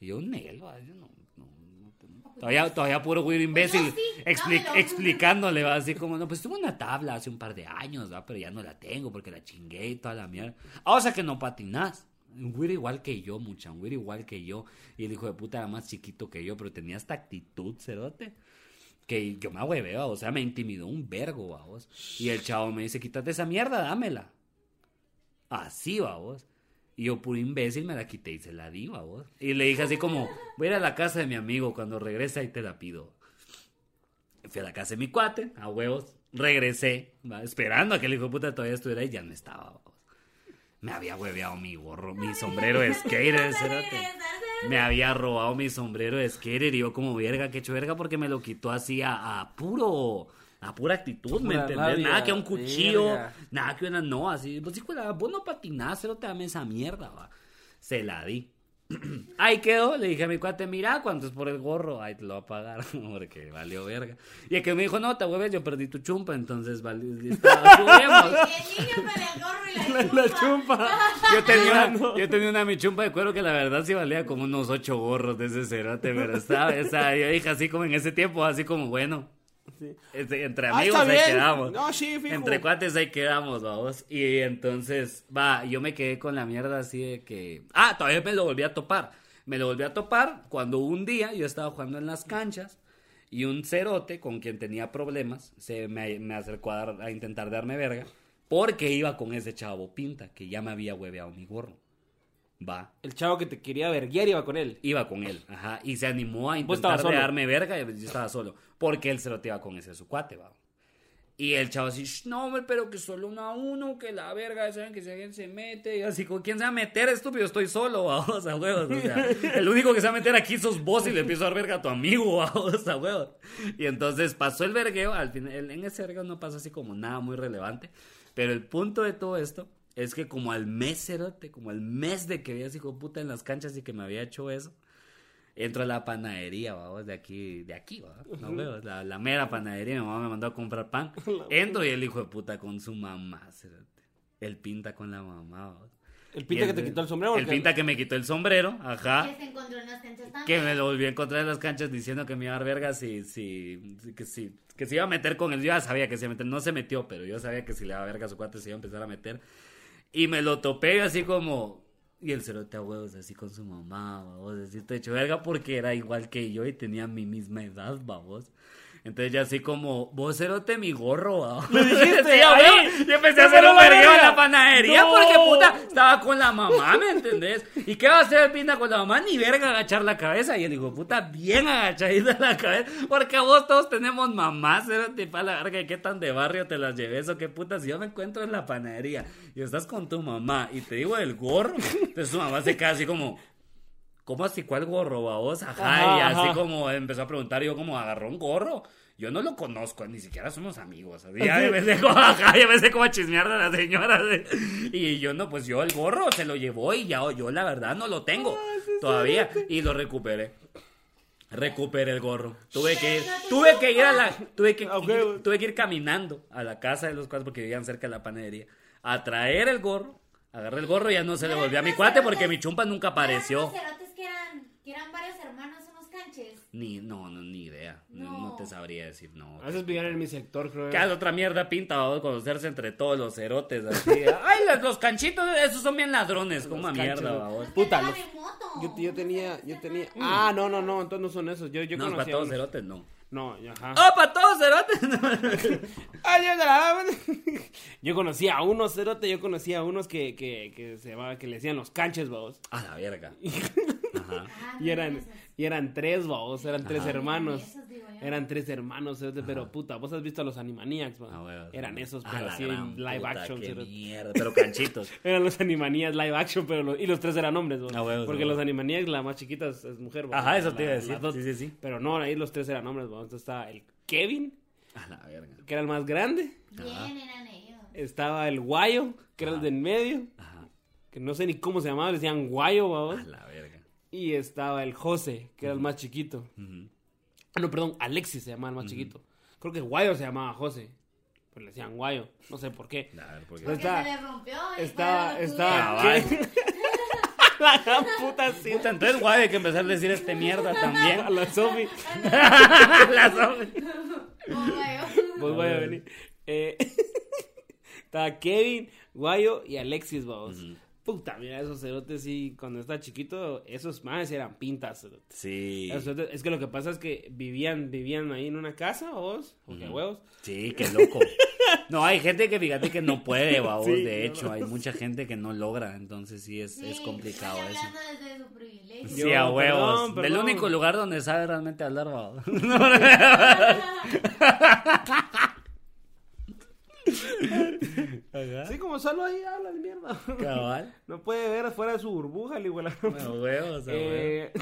[SPEAKER 1] Y yo, Nel, va, yo no. no, no tengo- Todavía, todavía puro güey imbécil
[SPEAKER 3] Pues yo sí,
[SPEAKER 1] expli-
[SPEAKER 3] dámelo.
[SPEAKER 1] explicándole, va, así como, no, pues tuve una tabla hace un par de años, va, pero ya no la tengo porque la chingué y toda la mierda. Ah, o sea que no patinás. Un güey igual que yo, mucha, un güey igual que yo. Y el hijo de puta era más chiquito que yo, pero tenía esta actitud, cerote que yo me ahueveo, o sea, me intimidó un vergo, babos. Y el chavo me dice, quítate esa mierda, dámela. Así, babos. Y yo, puro imbécil, me la quité y se la di, babos. Y le dije así como, voy a ir a la casa de mi amigo, cuando regresa y te la pido. Fui a la casa de mi cuate, a huevos, regresé, va, esperando a que el hijo de puta todavía estuviera y ya no estaba, babos. Me había hueveado mi gorro, mi sombrero de skater, cerote. Me había robado mi sombrero de skater y yo como verga, que hecho verga porque me lo quitó así a, a puro, a pura actitud, ¿me
[SPEAKER 2] pura
[SPEAKER 1] entendés?
[SPEAKER 2] rabia,
[SPEAKER 1] nada que un cuchillo,
[SPEAKER 2] verga.
[SPEAKER 1] nada que una no, así, pues hijo de la- vos no patinás, pero te dame esa mierda, va. Se la di. Ahí quedó, le dije a mi cuate, mira cuánto es por el gorro, ahí te lo va a pagar, porque valió verga. Y el que me dijo, no, te hueves, yo perdí tu chumpa, entonces vale, está, juguemos.
[SPEAKER 3] El niño para el gorro y la,
[SPEAKER 2] La chumpa.
[SPEAKER 1] Yo tenía,
[SPEAKER 2] Claro.
[SPEAKER 1] yo tenía una mi chumpa de cuero que la verdad sí valía como unos ocho gorros de ese cerote, pero estaba, esa, yo dije así como en ese tiempo, así como, bueno,
[SPEAKER 2] Sí.
[SPEAKER 1] este, entre
[SPEAKER 2] Ah,
[SPEAKER 1] amigos
[SPEAKER 2] está
[SPEAKER 1] ahí
[SPEAKER 2] bien.
[SPEAKER 1] quedamos.
[SPEAKER 2] No, sí, fijo.
[SPEAKER 1] Entre cuates ahí quedamos, vamos. Y entonces, va, yo me quedé con la mierda así de que... Ah, todavía me lo volví a topar. Me lo volví a topar cuando un día yo estaba jugando en las canchas y un cerote con quien tenía problemas se me, me acercó a, dar- a intentar darme verga porque iba con ese chavo pinta que ya me había hueveado mi gorro. Va
[SPEAKER 2] El chavo que te quería verguiar iba con él.
[SPEAKER 1] iba con él, ajá, y se animó a
[SPEAKER 2] Vos estabas
[SPEAKER 1] intentar de
[SPEAKER 2] solo.
[SPEAKER 1] darme verga, y yo estaba solo, porque él se lo iba con ese su cuate, va. Y el chavo así, "Sh, no, hombre, pero que solo uno a uno, que la verga, saben que si alguien se mete, y yo así, ¿con quién se va a meter, estúpido? Estoy solo, vamos, a huevos, o sea, el único que se va a meter aquí sos vos y le empiezo a dar verga a tu amigo, vamos, a huevos. Y entonces pasó el vergueo, al final, en ese vergueo no pasó así como nada muy relevante, pero el punto de todo esto es que como al mes, cerote, como al mes de que había ese hijo de puta en las canchas y que me había hecho eso, Entro a la panadería, vamos, de aquí, de aquí, ¿va? No veo, la, la mera panadería, mi mamá me mandó a comprar pan. Entro y el hijo de puta con su mamá, cerote. El pinta con la mamá, ¿va?
[SPEAKER 2] El pinta
[SPEAKER 1] Y
[SPEAKER 2] que te quitó el sombrero.
[SPEAKER 1] El
[SPEAKER 2] porque-
[SPEAKER 1] pinta que me quitó el sombrero,
[SPEAKER 3] Que
[SPEAKER 1] ajá.
[SPEAKER 3] se encontró en las canchas
[SPEAKER 1] Que
[SPEAKER 3] también.
[SPEAKER 1] me lo volvió a encontrar en las canchas diciendo que me iba a dar verga si, si, si- que si, que se iba a meter con él. Yo ya sabía que se iba a meter, no se metió, pero yo sabía que si le daba verga a su cuate se iba a empezar a meter. Y me lo topé así como. Y el cerote a huevos, así con su mamá, babos, así te hecho verga, porque era igual que yo y tenía mi misma edad, babos. Entonces ya así como, vos cerote mi gorro, babos.
[SPEAKER 2] Le dijiste,
[SPEAKER 1] Sí, a
[SPEAKER 2] ahí,
[SPEAKER 1] huevo. yo empecé a
[SPEAKER 2] pero
[SPEAKER 1] hacer un
[SPEAKER 2] la
[SPEAKER 1] vergueo en
[SPEAKER 2] verga.
[SPEAKER 1] la panadería
[SPEAKER 2] No.
[SPEAKER 1] porque puta, estaba con la mamá, ¿me entendés? ¿Y qué va a hacer el pinta con la mamá? Ni verga agachar la cabeza. Y yo le digo, puta, bien agachadita la cabeza. Porque vos todos tenemos mamás, cerote, pa' la verga, ¿qué tan de barrio te las lleves o qué puta? Si yo me encuentro en la panadería y estás con tu mamá y te digo el gorro, entonces tu mamá se queda así como... ¿Cómo así cuál gorro, babos? Ajá,
[SPEAKER 2] Ajá,
[SPEAKER 1] y así
[SPEAKER 2] ajá.
[SPEAKER 1] como empezó a preguntar, yo como agarró un gorro. Yo no lo conozco, ni siquiera somos amigos. así, Ya
[SPEAKER 2] Así.
[SPEAKER 1] empecé como, ajá, ya empecé como a chismear a la señora. así. Y yo no, pues yo el gorro se lo llevó y ya yo la verdad no lo tengo
[SPEAKER 2] Ah,
[SPEAKER 1] todavía. Y lo recuperé. Recuperé el gorro. Tuve que ir, tuve que ir a la, tuve que,
[SPEAKER 2] Ah, Ok,
[SPEAKER 1] ir-
[SPEAKER 2] güey.
[SPEAKER 1] tuve que ir caminando a la casa de los cuates porque vivían cerca de la panadería a traer el gorro. Agarré el gorro y ya no se le volvió a mi cuate porque mi chumpa nunca apareció.
[SPEAKER 3] Eran unos cerotes que eran, que eran varios hermanos, unos canches.
[SPEAKER 1] Ni, no, no, ni idea. No,
[SPEAKER 3] No.
[SPEAKER 1] no te sabría decir, no.
[SPEAKER 2] Haces pillar en mi sector, creo.
[SPEAKER 1] ¿Qué hace otra mierda pinta, babos, conocerse entre todos los cerotes así? Ay, los, los canchitos, esos son bien ladrones, como
[SPEAKER 2] Los
[SPEAKER 1] mierda,
[SPEAKER 2] canchos,
[SPEAKER 1] babos.
[SPEAKER 2] Puta,
[SPEAKER 3] Los
[SPEAKER 2] los-
[SPEAKER 3] que andaban en moto.
[SPEAKER 2] Pues Yo, yo tenía,
[SPEAKER 3] Unos
[SPEAKER 2] yo
[SPEAKER 3] cerotes
[SPEAKER 2] tenía.
[SPEAKER 3] que andaban-
[SPEAKER 2] Ah, no, no, no, entonces no son esos. Yo, yo
[SPEAKER 1] no, para
[SPEAKER 2] conocía.
[SPEAKER 1] todos
[SPEAKER 2] unos-
[SPEAKER 1] cerotes, no.
[SPEAKER 2] No, ajá.
[SPEAKER 1] ¡Ah, para todos cerotes!
[SPEAKER 2] Ay, Dios de ah, la- Yo conocía a unos cerote, yo conocía a unos que, que, que se llamaba, que le decían los canches, babos.
[SPEAKER 1] a la verga. Ajá.
[SPEAKER 3] Ajá,
[SPEAKER 2] Y eran,
[SPEAKER 3] esos.
[SPEAKER 1] Ah.
[SPEAKER 2] y eran tres, babos, eran tres
[SPEAKER 1] Ajá.
[SPEAKER 2] hermanos.
[SPEAKER 3] Esos digo yo.
[SPEAKER 2] Eran tres hermanos, cerote, pero puta, vos has visto a los Animaniacs, babos.
[SPEAKER 1] Ah, huevos.
[SPEAKER 2] eran esos,
[SPEAKER 1] A
[SPEAKER 2] pero
[SPEAKER 1] la
[SPEAKER 2] así
[SPEAKER 1] gran
[SPEAKER 2] en live
[SPEAKER 1] puta,
[SPEAKER 2] action,
[SPEAKER 1] qué
[SPEAKER 2] cerote.
[SPEAKER 1] mierda, pero canchitos.
[SPEAKER 2] Eran los Animaniacs live action, pero los, y los tres eran hombres, babos.
[SPEAKER 1] Ah, huevos,
[SPEAKER 2] Porque
[SPEAKER 1] huevos.
[SPEAKER 2] los Animaniacs, la más chiquita es, es mujer, babos.
[SPEAKER 1] Ajá, eso te
[SPEAKER 2] La-
[SPEAKER 1] iba a
[SPEAKER 2] las
[SPEAKER 1] decir.
[SPEAKER 2] dos.
[SPEAKER 1] Sí, sí, sí.
[SPEAKER 2] Pero no, ahí los tres eran hombres, babos. Entonces estaba el Kevin,
[SPEAKER 1] A la verga.
[SPEAKER 2] que era el más grande.
[SPEAKER 3] Bien, eran ellos.
[SPEAKER 1] Pues
[SPEAKER 2] Estaba el Guayo, que era el
[SPEAKER 1] Ajá.
[SPEAKER 2] de en medio.
[SPEAKER 1] Ajá.
[SPEAKER 2] que no sé ni cómo se llamaba, le decían Guayo,
[SPEAKER 1] A
[SPEAKER 2] babos.
[SPEAKER 1] la verga.
[SPEAKER 2] Y estaba el José, que era el más chiquito.
[SPEAKER 1] Ujú.
[SPEAKER 2] Ah, no, perdón, Alexis se llamaba el más chiquito. Creo que Guayo se llamaba José, pero le decían Guayo, no sé por qué.
[SPEAKER 1] A ver, porque...
[SPEAKER 2] Pues-
[SPEAKER 3] Porque
[SPEAKER 2] está-
[SPEAKER 3] se le rompió. y
[SPEAKER 2] Estaba,
[SPEAKER 3] cuando lo
[SPEAKER 2] estaba...
[SPEAKER 1] Cabal.
[SPEAKER 2] ¿qué? La gran puta sí.
[SPEAKER 1] Puta, entonces, guay, hay que empezar a decir este mierda también.
[SPEAKER 2] A la Sofi.
[SPEAKER 1] La Sofi.
[SPEAKER 3] pudieron- Oh, güey.
[SPEAKER 2] Pues Guayo, vení. Eh, estaba Kevin, Guayo y Alexis, babos. Puta, mira, esos cerotes sí, cuando estaba chiquito, esos más eran pintas, cerotes.
[SPEAKER 1] Sí.
[SPEAKER 2] Eso Es es que lo que pasa es que vivían, vivían ahí en una casa, vos, o qué huevos.
[SPEAKER 1] Sí, qué loco. No, hay gente que fíjate que no puede, babos,
[SPEAKER 2] Sí,
[SPEAKER 1] de
[SPEAKER 2] no,
[SPEAKER 1] hecho, hay mucha gente que no logra, entonces sí es, es
[SPEAKER 3] Sí,
[SPEAKER 1] complicado
[SPEAKER 3] estoy
[SPEAKER 1] eso.
[SPEAKER 3] hablando desde su privilegio.
[SPEAKER 1] Sí,
[SPEAKER 2] Yo,
[SPEAKER 1] a huevos.
[SPEAKER 2] perdón,
[SPEAKER 1] El
[SPEAKER 2] perdón.
[SPEAKER 1] único lugar donde sabe realmente hablar, babos.
[SPEAKER 2] Así como solo ahí habla de mierda.
[SPEAKER 1] Cabal.
[SPEAKER 2] No puede ver afuera de su burbuja, el igual.
[SPEAKER 1] A huevos, a huevos.
[SPEAKER 2] Eh,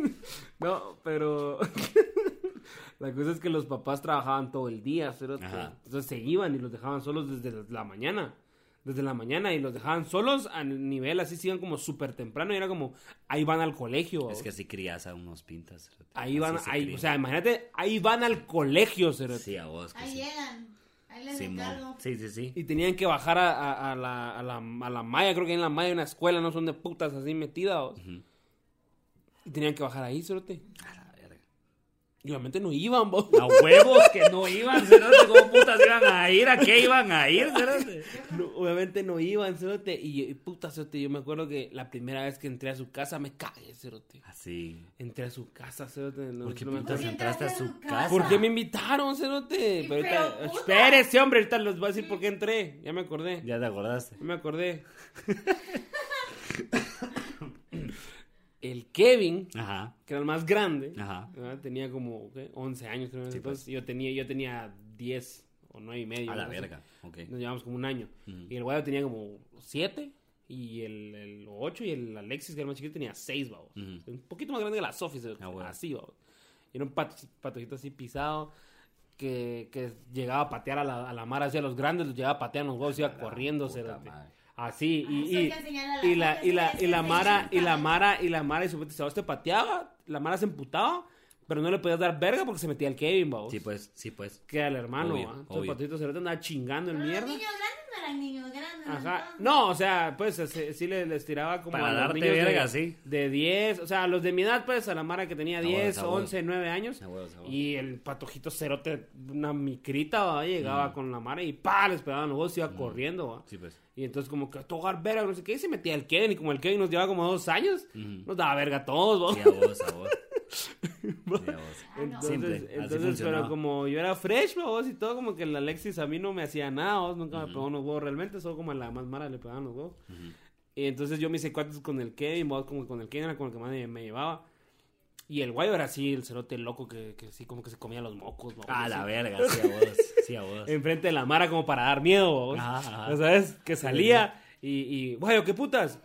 [SPEAKER 2] no, pero la cosa es que los papás trabajaban todo el día, cerote.
[SPEAKER 1] Ajá.
[SPEAKER 2] entonces se iban y los dejaban solos desde la mañana. Desde la mañana y los dejaban solos a nivel así, se iban como súper temprano y era como, ahí van al colegio.
[SPEAKER 1] Es
[SPEAKER 2] vos.
[SPEAKER 1] que si crías a unos pintas. cerote.
[SPEAKER 2] Ahí van,
[SPEAKER 1] Así se
[SPEAKER 2] ahí,
[SPEAKER 1] cría.
[SPEAKER 2] o sea, imagínate, ahí van al colegio, cerote.
[SPEAKER 1] Sí, a vos. Que
[SPEAKER 3] Ahí
[SPEAKER 1] sí.
[SPEAKER 3] llegan. Ahí les
[SPEAKER 1] Simón.
[SPEAKER 3] encargo.
[SPEAKER 1] Sí, sí, sí.
[SPEAKER 2] Y tenían que bajar a, a- a la, a, la, a la malla, creo que en la malla hay una escuela, no son de putas así metidas. vos.
[SPEAKER 1] Ujú.
[SPEAKER 2] Y tenían que bajar ahí, cerote.
[SPEAKER 1] A la verga.
[SPEAKER 2] Y obviamente no iban, vos.
[SPEAKER 1] A huevos que no iban, cerote, ¿cómo putas iban a ir? ¿A qué iban a ir, cerote?
[SPEAKER 2] No, obviamente no iban, cerote. Y, y puta, cerote, yo me acuerdo que la primera vez que entré a su casa me cagué, cerote.
[SPEAKER 1] Así.
[SPEAKER 2] Entré a su casa, cerote. No,
[SPEAKER 1] ¿Por qué
[SPEAKER 2] no me
[SPEAKER 1] putas
[SPEAKER 2] acuerdo.
[SPEAKER 1] entraste a su casa?
[SPEAKER 2] ¿Por qué me invitaron, cerote?
[SPEAKER 3] Y
[SPEAKER 2] Pero ahorita-
[SPEAKER 3] pero, puta.
[SPEAKER 2] espérese, hombre, ahorita les voy a decir por qué entré. Ya me acordé.
[SPEAKER 1] Ya te acordaste.
[SPEAKER 2] Ya me acordé. El Kevin,
[SPEAKER 1] Ajá.
[SPEAKER 2] que era el más grande,
[SPEAKER 1] Ajá.
[SPEAKER 2] ¿verdad? tenía como ¿qué? 11 años, creo.
[SPEAKER 1] Ah. Sí, pues.
[SPEAKER 2] entonces yo, tenía, yo tenía 10 o 9 y medio.
[SPEAKER 1] A la
[SPEAKER 2] algo así.
[SPEAKER 1] verga. Ok.
[SPEAKER 2] Nos llevamos como un año.
[SPEAKER 1] Ujú.
[SPEAKER 2] Y el guayo tenía como 7 y el, el 8 y el Alexis, que era el más chiquito, tenía 6 babos.
[SPEAKER 1] Ujú.
[SPEAKER 2] Un poquito más grande que la Sofi, se-
[SPEAKER 1] Ah, bueno.
[SPEAKER 2] así babos. Y era un pat, patojito así pisado que, que llegaba a patear a la, a la mar así a los grandes, los llegaba a patear a los huevos, iba
[SPEAKER 1] la
[SPEAKER 2] corriendo.
[SPEAKER 1] puta
[SPEAKER 2] cerote.
[SPEAKER 1] madre.
[SPEAKER 2] Así,
[SPEAKER 3] Ah,
[SPEAKER 2] y,
[SPEAKER 3] eso hay
[SPEAKER 2] y,
[SPEAKER 3] que enseñarle a la
[SPEAKER 2] y la,
[SPEAKER 3] gente,
[SPEAKER 2] y la,
[SPEAKER 3] eso
[SPEAKER 2] y
[SPEAKER 3] hay
[SPEAKER 2] la
[SPEAKER 3] que
[SPEAKER 2] Mara, y la
[SPEAKER 3] enseñarle.
[SPEAKER 2] Mara, y la Mara, y su puta, te pateaba, la Mara se emputaba, pero no le podías dar verga porque se metía el Kevin, babos.
[SPEAKER 1] Sí, pues, sí, pues.
[SPEAKER 2] Que era el hermano,
[SPEAKER 1] Obvio,
[SPEAKER 2] ¿ah? Entonces,
[SPEAKER 1] obvio.
[SPEAKER 2] Patito Cerote andaba chingando el
[SPEAKER 3] Pero
[SPEAKER 2] mierda.
[SPEAKER 3] Los niños grandes no eran niños grandes.
[SPEAKER 2] Ajá.
[SPEAKER 3] entonces.
[SPEAKER 2] No, o sea, pues se- sí les, les tiraba como
[SPEAKER 1] Para
[SPEAKER 2] a los
[SPEAKER 1] darte
[SPEAKER 2] niños
[SPEAKER 1] verga,
[SPEAKER 2] de,
[SPEAKER 1] sí.
[SPEAKER 2] de 10, o sea, los de mi edad, pues, a la Mara que tenía
[SPEAKER 1] A huevo,
[SPEAKER 2] 10,
[SPEAKER 1] a huevo.
[SPEAKER 2] 11, 9 años.
[SPEAKER 1] A huevo, a huevo.
[SPEAKER 2] Y el patojito cerote, una micrita, ¿va? llegaba con la Mara y pa, les pegaban los dos, iba corriendo, ¿va?
[SPEAKER 1] Mm. Sí, pues.
[SPEAKER 2] Y entonces como que tocar verga, no sé qué, y se metía el Kevin, y como el Kevin nos llevaba como dos años, nos daba verga a todos, ¿va?
[SPEAKER 1] Sí, a vos, a vos. Mira vos.
[SPEAKER 3] Ah, no.
[SPEAKER 2] Entonces,
[SPEAKER 1] Simple, así
[SPEAKER 2] entonces
[SPEAKER 1] funcionaba.
[SPEAKER 2] pero como yo era fresh, ¿va vos y todo, como que el Alexis a mí no me hacía nada, vos nunca me pegó unos huevos realmente, solo como a la más mala le pegaban los huevos. Y entonces yo me hice cuates con el Kevin, vos como que con el Kevin era con el que más me, me llevaba. Y el guayo era así, el cerote loco que, que sí, como que se comía los mocos, ¿va vos?
[SPEAKER 1] Ah,
[SPEAKER 2] Así,
[SPEAKER 1] la verga, sí a vos. Sí a vos.
[SPEAKER 2] Enfrente de la mara como para dar miedo, ¿va vos.
[SPEAKER 1] Ajá, ajá.
[SPEAKER 2] ¿Ya ¿Sabes? Que salía y, y guayo, ¿qué putas?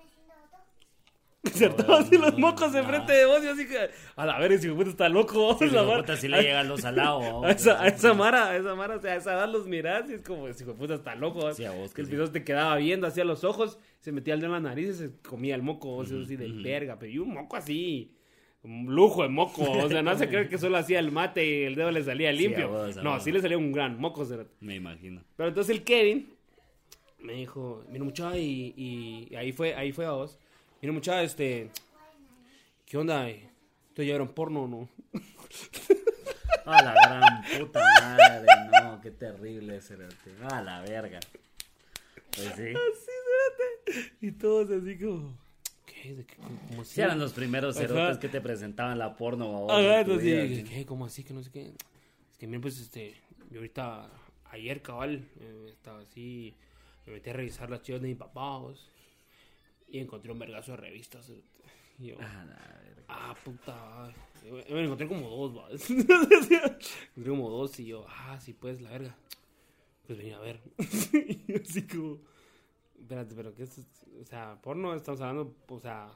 [SPEAKER 2] Se
[SPEAKER 1] No,
[SPEAKER 2] hartaba así
[SPEAKER 1] no,
[SPEAKER 2] los mocos
[SPEAKER 1] no.
[SPEAKER 2] enfrente de vos y así que, a la verga, si puta está loco, vos,
[SPEAKER 1] Sí,
[SPEAKER 2] la
[SPEAKER 1] hijo de
[SPEAKER 2] mara.
[SPEAKER 1] puta, sí le llegan los alados.
[SPEAKER 2] A esa, a esa mara, a esa mara, o sea, a esa edad los mirás y es como, hijo de puta, está loco. ¿va?
[SPEAKER 1] Sí, a vos
[SPEAKER 2] que el
[SPEAKER 1] que sí.
[SPEAKER 2] piso te quedaba viendo, hacía los ojos, se metía el dedo en la nariz y se comía el moco, o sea, así de verga, pero y un moco así, un lujo de moco, o sea, no se cree que solo hacía el mate y el dedo le salía limpio.
[SPEAKER 1] a vos, a
[SPEAKER 2] no,
[SPEAKER 1] vos.
[SPEAKER 2] sí le salía un gran moco, cerote.
[SPEAKER 1] Me imagino.
[SPEAKER 2] Pero entonces el Kevin me dijo, mira muchacho, y, y- y ahí fue, ahí fue a vos. Mira muchacho, este, ¿qué onda? eh? ¿Te llevaron porno o no?
[SPEAKER 1] A la gran puta madre, no, qué terrible ese A la verga. Pues sí.
[SPEAKER 2] Y todos así como, ¿qué? ¿De qué? ¿Cómo así?
[SPEAKER 1] Sí eran los primeros
[SPEAKER 2] Ajá.
[SPEAKER 1] cerotes que te presentaban la porno, babos,
[SPEAKER 2] Ajá,
[SPEAKER 1] en tu vida,
[SPEAKER 2] entonces,
[SPEAKER 1] así.
[SPEAKER 2] ¿qué? ¿Cómo así? Que no sé qué. Es que, miren, pues, este, yo ahorita, ayer, cabal, eh, estaba así, me metí a revisar las chivas de mi papá, vos, y encontré un vergazo de revistas. eh, Y yo,
[SPEAKER 1] A la verga.
[SPEAKER 2] ah, puta, eh, me encontré como dos, va. encontré como dos, y yo, ah, sí, pues, la verga. Pues venía a ver. y así como, espérate, pero ¿qué es? O sea, porno, estamos hablando, o sea,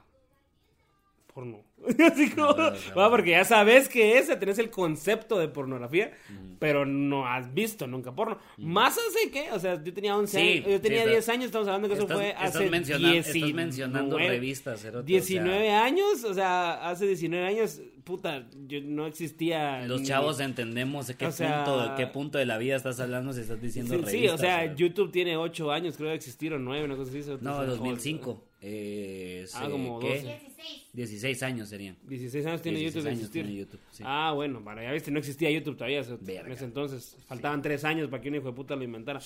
[SPEAKER 2] porno. así como,
[SPEAKER 1] No, o sea,
[SPEAKER 2] va, porque ya sabes que es, ya tenés el concepto de pornografía, pero no has visto nunca porno. Más hace que, o sea, yo tenía 11
[SPEAKER 1] Sí,
[SPEAKER 2] años, yo
[SPEAKER 1] sí,
[SPEAKER 2] tenía
[SPEAKER 1] estás-
[SPEAKER 2] 10 años, estamos hablando que eso
[SPEAKER 1] Estás-
[SPEAKER 2] fue
[SPEAKER 1] estás
[SPEAKER 2] hace
[SPEAKER 1] menciona- estás
[SPEAKER 2] 19
[SPEAKER 1] mencionando revistas, cerote, o sea.
[SPEAKER 2] 19 años, o sea, hace 19 años, puta, yo no existía.
[SPEAKER 1] Los
[SPEAKER 2] ni-
[SPEAKER 1] chavos entendemos de qué,
[SPEAKER 2] O sea-
[SPEAKER 1] punto, de qué punto de la vida estás hablando si estás
[SPEAKER 2] Sí,
[SPEAKER 1] diciendo
[SPEAKER 2] sí,
[SPEAKER 1] revistas.
[SPEAKER 2] o sea,
[SPEAKER 1] cerote.
[SPEAKER 2] YouTube tiene 8 años, creo que existieron 9, una cosa así. o
[SPEAKER 1] No,
[SPEAKER 2] sea,
[SPEAKER 1] 2005. Eh,
[SPEAKER 2] Ah,
[SPEAKER 1] se-
[SPEAKER 2] como
[SPEAKER 1] ¿qué?
[SPEAKER 2] 12.
[SPEAKER 3] 16.
[SPEAKER 1] 16 años serían.
[SPEAKER 2] 16 años tiene
[SPEAKER 1] 16
[SPEAKER 2] YouTube de
[SPEAKER 1] años
[SPEAKER 2] existir.
[SPEAKER 1] tiene YouTube, sí.
[SPEAKER 2] Ah, bueno, para ya viste, no existía YouTube todavía. o sea, En
[SPEAKER 1] Verga.
[SPEAKER 2] ese entonces, faltaban 3 años para que un hijo de puta lo inventara.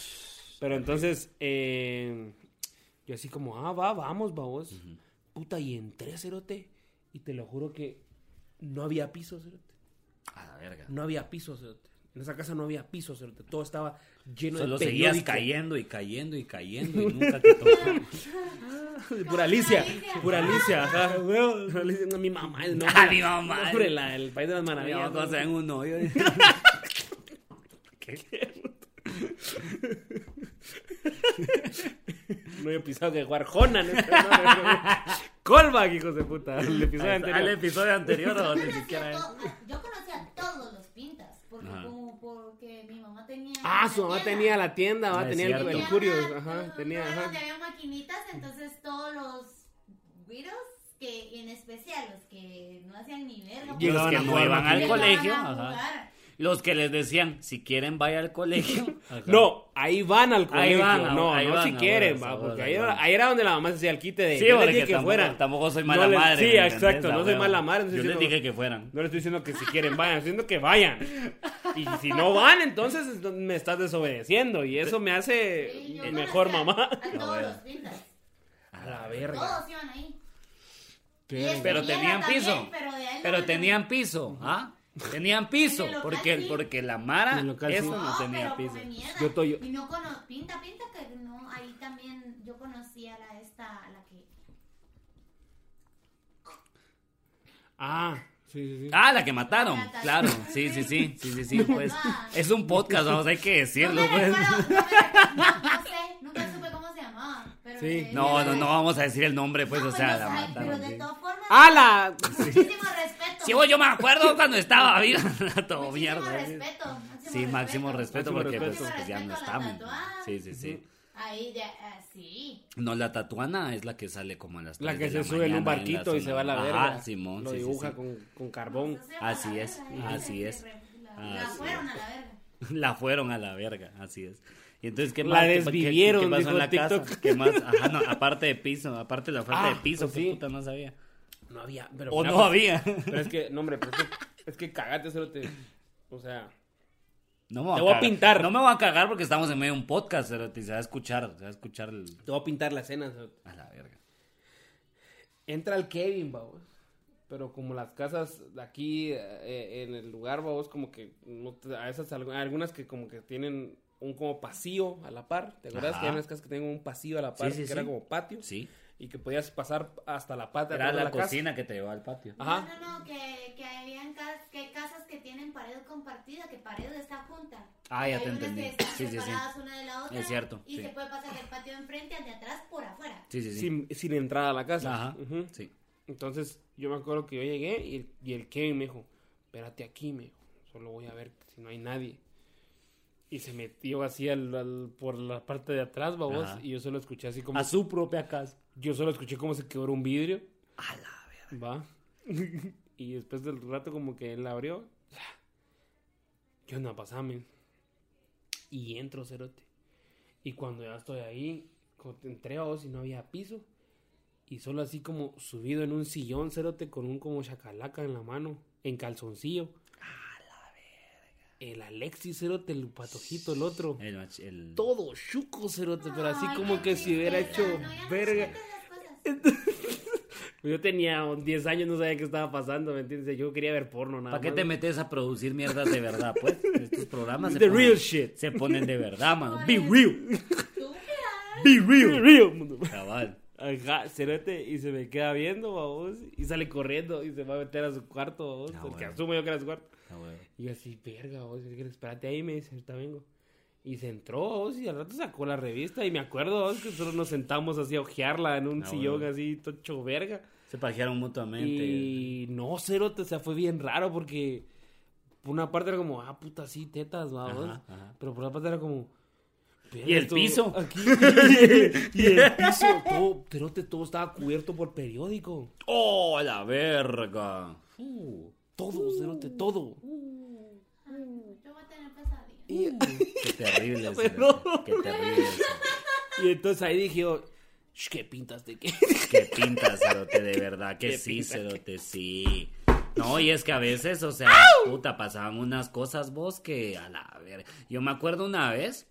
[SPEAKER 2] Pero entonces, eh, yo así como, ah, va, vamos, babos. Puta, y entré, cerote. Y te lo juro que no había piso, cerote.
[SPEAKER 1] A la verga.
[SPEAKER 2] No había piso, cerote. En esa casa no había piso, cerote. Todo estaba lleno
[SPEAKER 1] Solo
[SPEAKER 2] de
[SPEAKER 1] seguías
[SPEAKER 2] periódico.
[SPEAKER 1] cayendo y cayendo y cayendo y nunca te tocaba.
[SPEAKER 2] Pura Alicia,
[SPEAKER 3] Alicia.
[SPEAKER 2] pura Alicia, ajá, huevo. Pura Alicia, no, mi mamá, el nombre.
[SPEAKER 1] Ah, mi mamá.
[SPEAKER 2] el nombre, la- el país de las
[SPEAKER 1] Mira,
[SPEAKER 2] maravillas.
[SPEAKER 1] cuando se ven un hoyo.
[SPEAKER 2] No había pisado que Guarjona. ¿no? Colback, hijos de puta. El episodio
[SPEAKER 1] Al al
[SPEAKER 2] anterior.
[SPEAKER 1] episodio anterior o ni
[SPEAKER 3] Conocí a
[SPEAKER 1] siquiera es.
[SPEAKER 3] to- a- Yo conocí a todos los pintas, porque,
[SPEAKER 1] Ajá.
[SPEAKER 3] como porque mi mamá tenía...
[SPEAKER 2] Ah, su mamá tenía la tienda, va,
[SPEAKER 1] No Ah, es
[SPEAKER 2] tenía el,
[SPEAKER 1] cierto.
[SPEAKER 2] el
[SPEAKER 3] Tenía
[SPEAKER 2] Curios,
[SPEAKER 3] una-
[SPEAKER 2] ajá,
[SPEAKER 3] un
[SPEAKER 2] tenía,
[SPEAKER 3] lugar
[SPEAKER 2] ajá.
[SPEAKER 3] Donde había maquinitas, entonces todos los güiros, que en especial los que no hacían ni verga.
[SPEAKER 1] Los
[SPEAKER 2] Llegaban
[SPEAKER 1] que
[SPEAKER 2] a
[SPEAKER 1] no
[SPEAKER 2] jugar
[SPEAKER 1] iban al
[SPEAKER 2] maquinitas.
[SPEAKER 1] colegio.
[SPEAKER 3] Llegaban a
[SPEAKER 1] ajá.
[SPEAKER 3] jugar.
[SPEAKER 1] Los que les decían, si quieren, vaya al colegio. Ajá.
[SPEAKER 2] No, ahí van al colegio.
[SPEAKER 1] Ahí van, ahora,
[SPEAKER 2] no,
[SPEAKER 1] ahí
[SPEAKER 2] no
[SPEAKER 1] van,
[SPEAKER 2] si
[SPEAKER 1] ahora,
[SPEAKER 2] quieren,
[SPEAKER 1] ahora,
[SPEAKER 2] va, porque
[SPEAKER 1] ahora,
[SPEAKER 2] ahí,
[SPEAKER 1] ahí
[SPEAKER 2] era,
[SPEAKER 1] van.
[SPEAKER 2] ahí era donde la mamá se hacía el quite de.
[SPEAKER 1] Sí,
[SPEAKER 2] yo les
[SPEAKER 1] porque
[SPEAKER 2] dije que
[SPEAKER 1] tampoco,
[SPEAKER 2] fueran.
[SPEAKER 1] tampoco soy
[SPEAKER 2] No
[SPEAKER 1] mala
[SPEAKER 2] les-
[SPEAKER 1] madre.
[SPEAKER 2] Sí,
[SPEAKER 1] ¿me entendés?
[SPEAKER 2] exacto,
[SPEAKER 1] La
[SPEAKER 2] no soy
[SPEAKER 1] huevo.
[SPEAKER 2] mala madre. no estoy
[SPEAKER 1] Yo les
[SPEAKER 2] diciendo-
[SPEAKER 1] dije que fueran.
[SPEAKER 2] No le estoy diciendo que si quieren vayan, estoy diciendo que vayan. Y si no van, entonces es- me estás desobedeciendo. Y eso me hace
[SPEAKER 3] Sí, yo
[SPEAKER 2] mejor
[SPEAKER 3] conocí a-
[SPEAKER 2] mamá.
[SPEAKER 3] A
[SPEAKER 1] Eh, No,
[SPEAKER 3] todos
[SPEAKER 1] vea.
[SPEAKER 3] los pintas.
[SPEAKER 2] A la verga.
[SPEAKER 3] Todos iban ahí. Y
[SPEAKER 2] Verga.
[SPEAKER 3] el
[SPEAKER 1] Pero
[SPEAKER 3] Miguel
[SPEAKER 1] tenían
[SPEAKER 3] también,
[SPEAKER 1] piso.
[SPEAKER 3] pero de ahí no
[SPEAKER 1] Pero
[SPEAKER 3] me-
[SPEAKER 1] tenían piso, ¿ah? Tenían piso,
[SPEAKER 3] En el local
[SPEAKER 1] porque,
[SPEAKER 3] sí.
[SPEAKER 1] porque la Mara,
[SPEAKER 2] En el local
[SPEAKER 1] eso
[SPEAKER 2] sí.
[SPEAKER 1] no
[SPEAKER 3] pero
[SPEAKER 1] tenía
[SPEAKER 3] pues,
[SPEAKER 1] piso.
[SPEAKER 3] come mierda.
[SPEAKER 2] Yo estoy-
[SPEAKER 3] Y no cono... Pinta, pinta que no. Ahí también yo conocí a la esta, a la que...
[SPEAKER 2] Ah, sí, sí, sí.
[SPEAKER 1] Ah, la que mataron,
[SPEAKER 3] La
[SPEAKER 1] claro,
[SPEAKER 3] tatuaje.
[SPEAKER 1] sí, sí, sí, sí, sí, sí, pues
[SPEAKER 3] Ah.
[SPEAKER 1] es un podcast, vamos, hay que decirlo,
[SPEAKER 3] no me
[SPEAKER 1] pues.
[SPEAKER 3] recuerdo, no, me- no, no sé, nunca supe cómo se llamaba. Pero
[SPEAKER 2] Sí.
[SPEAKER 3] de-
[SPEAKER 1] No, no, no vamos a decir el nombre, pues,
[SPEAKER 3] No,
[SPEAKER 1] o sea,
[SPEAKER 3] pues,
[SPEAKER 1] la
[SPEAKER 3] no sé,
[SPEAKER 1] mataron.
[SPEAKER 3] Pero de
[SPEAKER 1] sí. Ah,
[SPEAKER 3] todas formas,
[SPEAKER 2] Ah, ¡Ala!
[SPEAKER 3] muchísimo respeto.
[SPEAKER 1] Sí, vos, yo me acuerdo cuando estaba viva, todo
[SPEAKER 3] Muchísimo
[SPEAKER 1] mierda. eh.
[SPEAKER 3] respeto.
[SPEAKER 1] Sí, máximo respeto
[SPEAKER 2] Máximo
[SPEAKER 1] porque pues,
[SPEAKER 2] respeto.
[SPEAKER 1] pues, ya no
[SPEAKER 3] Máximo respeto a
[SPEAKER 1] está.
[SPEAKER 3] la
[SPEAKER 1] men.
[SPEAKER 3] tatuada.
[SPEAKER 1] Sí, sí, sí.
[SPEAKER 3] Ahí ah, ya, así.
[SPEAKER 1] No, la tatuana es la que sale como a las
[SPEAKER 2] La
[SPEAKER 1] 3
[SPEAKER 2] que
[SPEAKER 1] de
[SPEAKER 2] se
[SPEAKER 1] la
[SPEAKER 2] sube en un
[SPEAKER 1] mañana
[SPEAKER 2] barquito
[SPEAKER 1] la
[SPEAKER 2] y se va a la
[SPEAKER 1] zona-
[SPEAKER 2] verga.
[SPEAKER 1] Ajá, Simón,
[SPEAKER 2] Lo
[SPEAKER 1] sí, sí,
[SPEAKER 2] dibuja
[SPEAKER 1] sí.
[SPEAKER 2] Con, con carbón.
[SPEAKER 1] Así es, así es.
[SPEAKER 3] La
[SPEAKER 1] Así
[SPEAKER 3] fueron
[SPEAKER 1] es.
[SPEAKER 3] a la verga.
[SPEAKER 1] La fueron a la verga, así es. Y entonces, ¿qué
[SPEAKER 2] La
[SPEAKER 1] más? ¿Qué-
[SPEAKER 2] desvivieron,
[SPEAKER 1] ¿Qué, qué, pasó
[SPEAKER 2] dijo
[SPEAKER 1] en la
[SPEAKER 2] TikTok.
[SPEAKER 1] casa? ¿Qué más? Ajá, no, aparte de piso, aparte de la falta
[SPEAKER 2] Ah,
[SPEAKER 1] de piso,
[SPEAKER 2] pues
[SPEAKER 1] qué
[SPEAKER 2] sí.
[SPEAKER 1] puta no sabía.
[SPEAKER 2] No había. Pero
[SPEAKER 1] O
[SPEAKER 2] mira,
[SPEAKER 1] no
[SPEAKER 2] pues,
[SPEAKER 1] había.
[SPEAKER 2] Pero es que, no, hombre, pero es que, es que cagate, cerote. O sea.
[SPEAKER 1] No me voy
[SPEAKER 2] Te voy a
[SPEAKER 1] cagar.
[SPEAKER 2] pintar.
[SPEAKER 1] No me voy a cagar porque estamos en medio de un podcast, pero te- se va a escuchar, se va a escuchar el-
[SPEAKER 2] Te voy a pintar la escena, cerote.
[SPEAKER 1] a la verga.
[SPEAKER 2] Entra el Kevin, babos. Pero como las casas de aquí eh, en el lugar, vos como que no te- a esas algu- algunas que como que tienen un como pasillo a la par, ¿te acuerdas?
[SPEAKER 1] Ajá.
[SPEAKER 2] Que hay unas casas que tienen un pasillo a la par
[SPEAKER 1] Sí, sí,
[SPEAKER 2] que era
[SPEAKER 1] sí.
[SPEAKER 2] como patio
[SPEAKER 1] Sí.
[SPEAKER 2] y que podías pasar hasta la pata
[SPEAKER 1] Era
[SPEAKER 2] de
[SPEAKER 1] la,
[SPEAKER 2] la casa.
[SPEAKER 1] cocina que te llevaba al patio.
[SPEAKER 2] Ajá.
[SPEAKER 3] No, no, no, que, que habían cas- que hay casas que tienen pared compartida, que pared está junta.
[SPEAKER 1] Ah, ya
[SPEAKER 3] Hay
[SPEAKER 1] te
[SPEAKER 3] unas
[SPEAKER 1] entendí.
[SPEAKER 3] que están
[SPEAKER 1] Sí, sí, sí.
[SPEAKER 3] separadas una de la otra.
[SPEAKER 1] Es cierto,
[SPEAKER 3] Y
[SPEAKER 1] sí.
[SPEAKER 3] se puede pasar del patio de enfrente al de atrás por afuera.
[SPEAKER 1] Sí, sí, sí.
[SPEAKER 2] Sin, sin entrada a la casa.
[SPEAKER 1] Ajá.
[SPEAKER 2] Ujú.
[SPEAKER 1] Sí.
[SPEAKER 2] Entonces, yo me acuerdo que yo llegué y el, y el Kevin me dijo, espérate aquí, me dijo, solo voy a ver si no hay nadie. Y se metió así al, al- por la parte de atrás, babos,
[SPEAKER 1] Ajá.
[SPEAKER 2] y yo solo escuché así como...
[SPEAKER 1] su propia casa.
[SPEAKER 2] Yo solo escuché como se quebró un vidrio,
[SPEAKER 1] A la verga.
[SPEAKER 2] va. y después del rato como que él la abrió. ¿Qué onda, pasame? Y entro, cerote. Y cuando ya estoy ahí, como te entré a vos y no había piso. Y solo así como subido en un sillón, cerote, con un como chacalaca en la mano, en calzoncillo. El Alexis, cerote, el patojito, el otro.
[SPEAKER 1] El, mach- el-
[SPEAKER 2] Todo chuco, cerote, pero así
[SPEAKER 3] Ay,
[SPEAKER 2] como
[SPEAKER 3] qué
[SPEAKER 2] que si hubiera hecho
[SPEAKER 3] tristeza, no, ya no
[SPEAKER 2] verga.
[SPEAKER 3] sientes las cosas.
[SPEAKER 2] Pues Yo tenía 10 años, no sabía qué estaba pasando, ¿me entiendes? Yo quería ver porno, nada
[SPEAKER 1] ¿Para qué
[SPEAKER 2] más.
[SPEAKER 1] te metes a producir mierdas de verdad, pues? Estos programas se
[SPEAKER 2] The
[SPEAKER 1] ponen-
[SPEAKER 2] real shit.
[SPEAKER 1] se ponen de verdad, mano. Be
[SPEAKER 3] Ay.
[SPEAKER 1] real.
[SPEAKER 3] Estúpida.
[SPEAKER 2] Be real. Be real. mundo.
[SPEAKER 1] Cabal.
[SPEAKER 2] Ajá, cerote, y se me queda viendo, babos, y sale corriendo, y se va a meter a su cuarto, babos,
[SPEAKER 1] Ah,
[SPEAKER 2] el que
[SPEAKER 1] bueno.
[SPEAKER 2] asumo yo que era su cuarto.
[SPEAKER 1] Ah, huevo.
[SPEAKER 2] Y yo así, verga, babos, ¿qué quieres? espérate ahí, me dice, ahorita vengo. Y se entró, babos, y al rato sacó la revista, y me acuerdo, babos, que solo nos sentamos así a ojearla en un
[SPEAKER 1] Ah,
[SPEAKER 2] sillón
[SPEAKER 1] bueno.
[SPEAKER 2] así, tocho verga.
[SPEAKER 1] Se pajearon mutuamente.
[SPEAKER 2] Y no, cerote, o sea, fue bien raro porque por una parte era como, ah, puta, sí, tetas, vamos.
[SPEAKER 1] Ajá, ajá.
[SPEAKER 2] Pero por otra parte era como... "Verga,
[SPEAKER 1] Y el
[SPEAKER 2] esto-
[SPEAKER 1] piso.
[SPEAKER 2] aquí- y, el piso, todo, cerote, todo estaba cubierto por periódico.
[SPEAKER 1] ¡Oh, la verga! Uh,
[SPEAKER 2] Todo, cerote, todo.
[SPEAKER 3] Ay, Yo voy a tener pesadillas.
[SPEAKER 2] Y,
[SPEAKER 1] ¡Qué terrible! ese,
[SPEAKER 2] Pero-
[SPEAKER 1] Qué terrible. ese.
[SPEAKER 2] y entonces ahí dije yo, "Sh, ¿qué pintas de qué?
[SPEAKER 1] Qué pinta, Cerote, de verdad que
[SPEAKER 2] Qué
[SPEAKER 1] sí,
[SPEAKER 2] pinta.
[SPEAKER 1] Cerote, sí. No, y es que a veces, o sea, puta, pasaban unas cosas vos que a la ver. Yo me acuerdo una vez,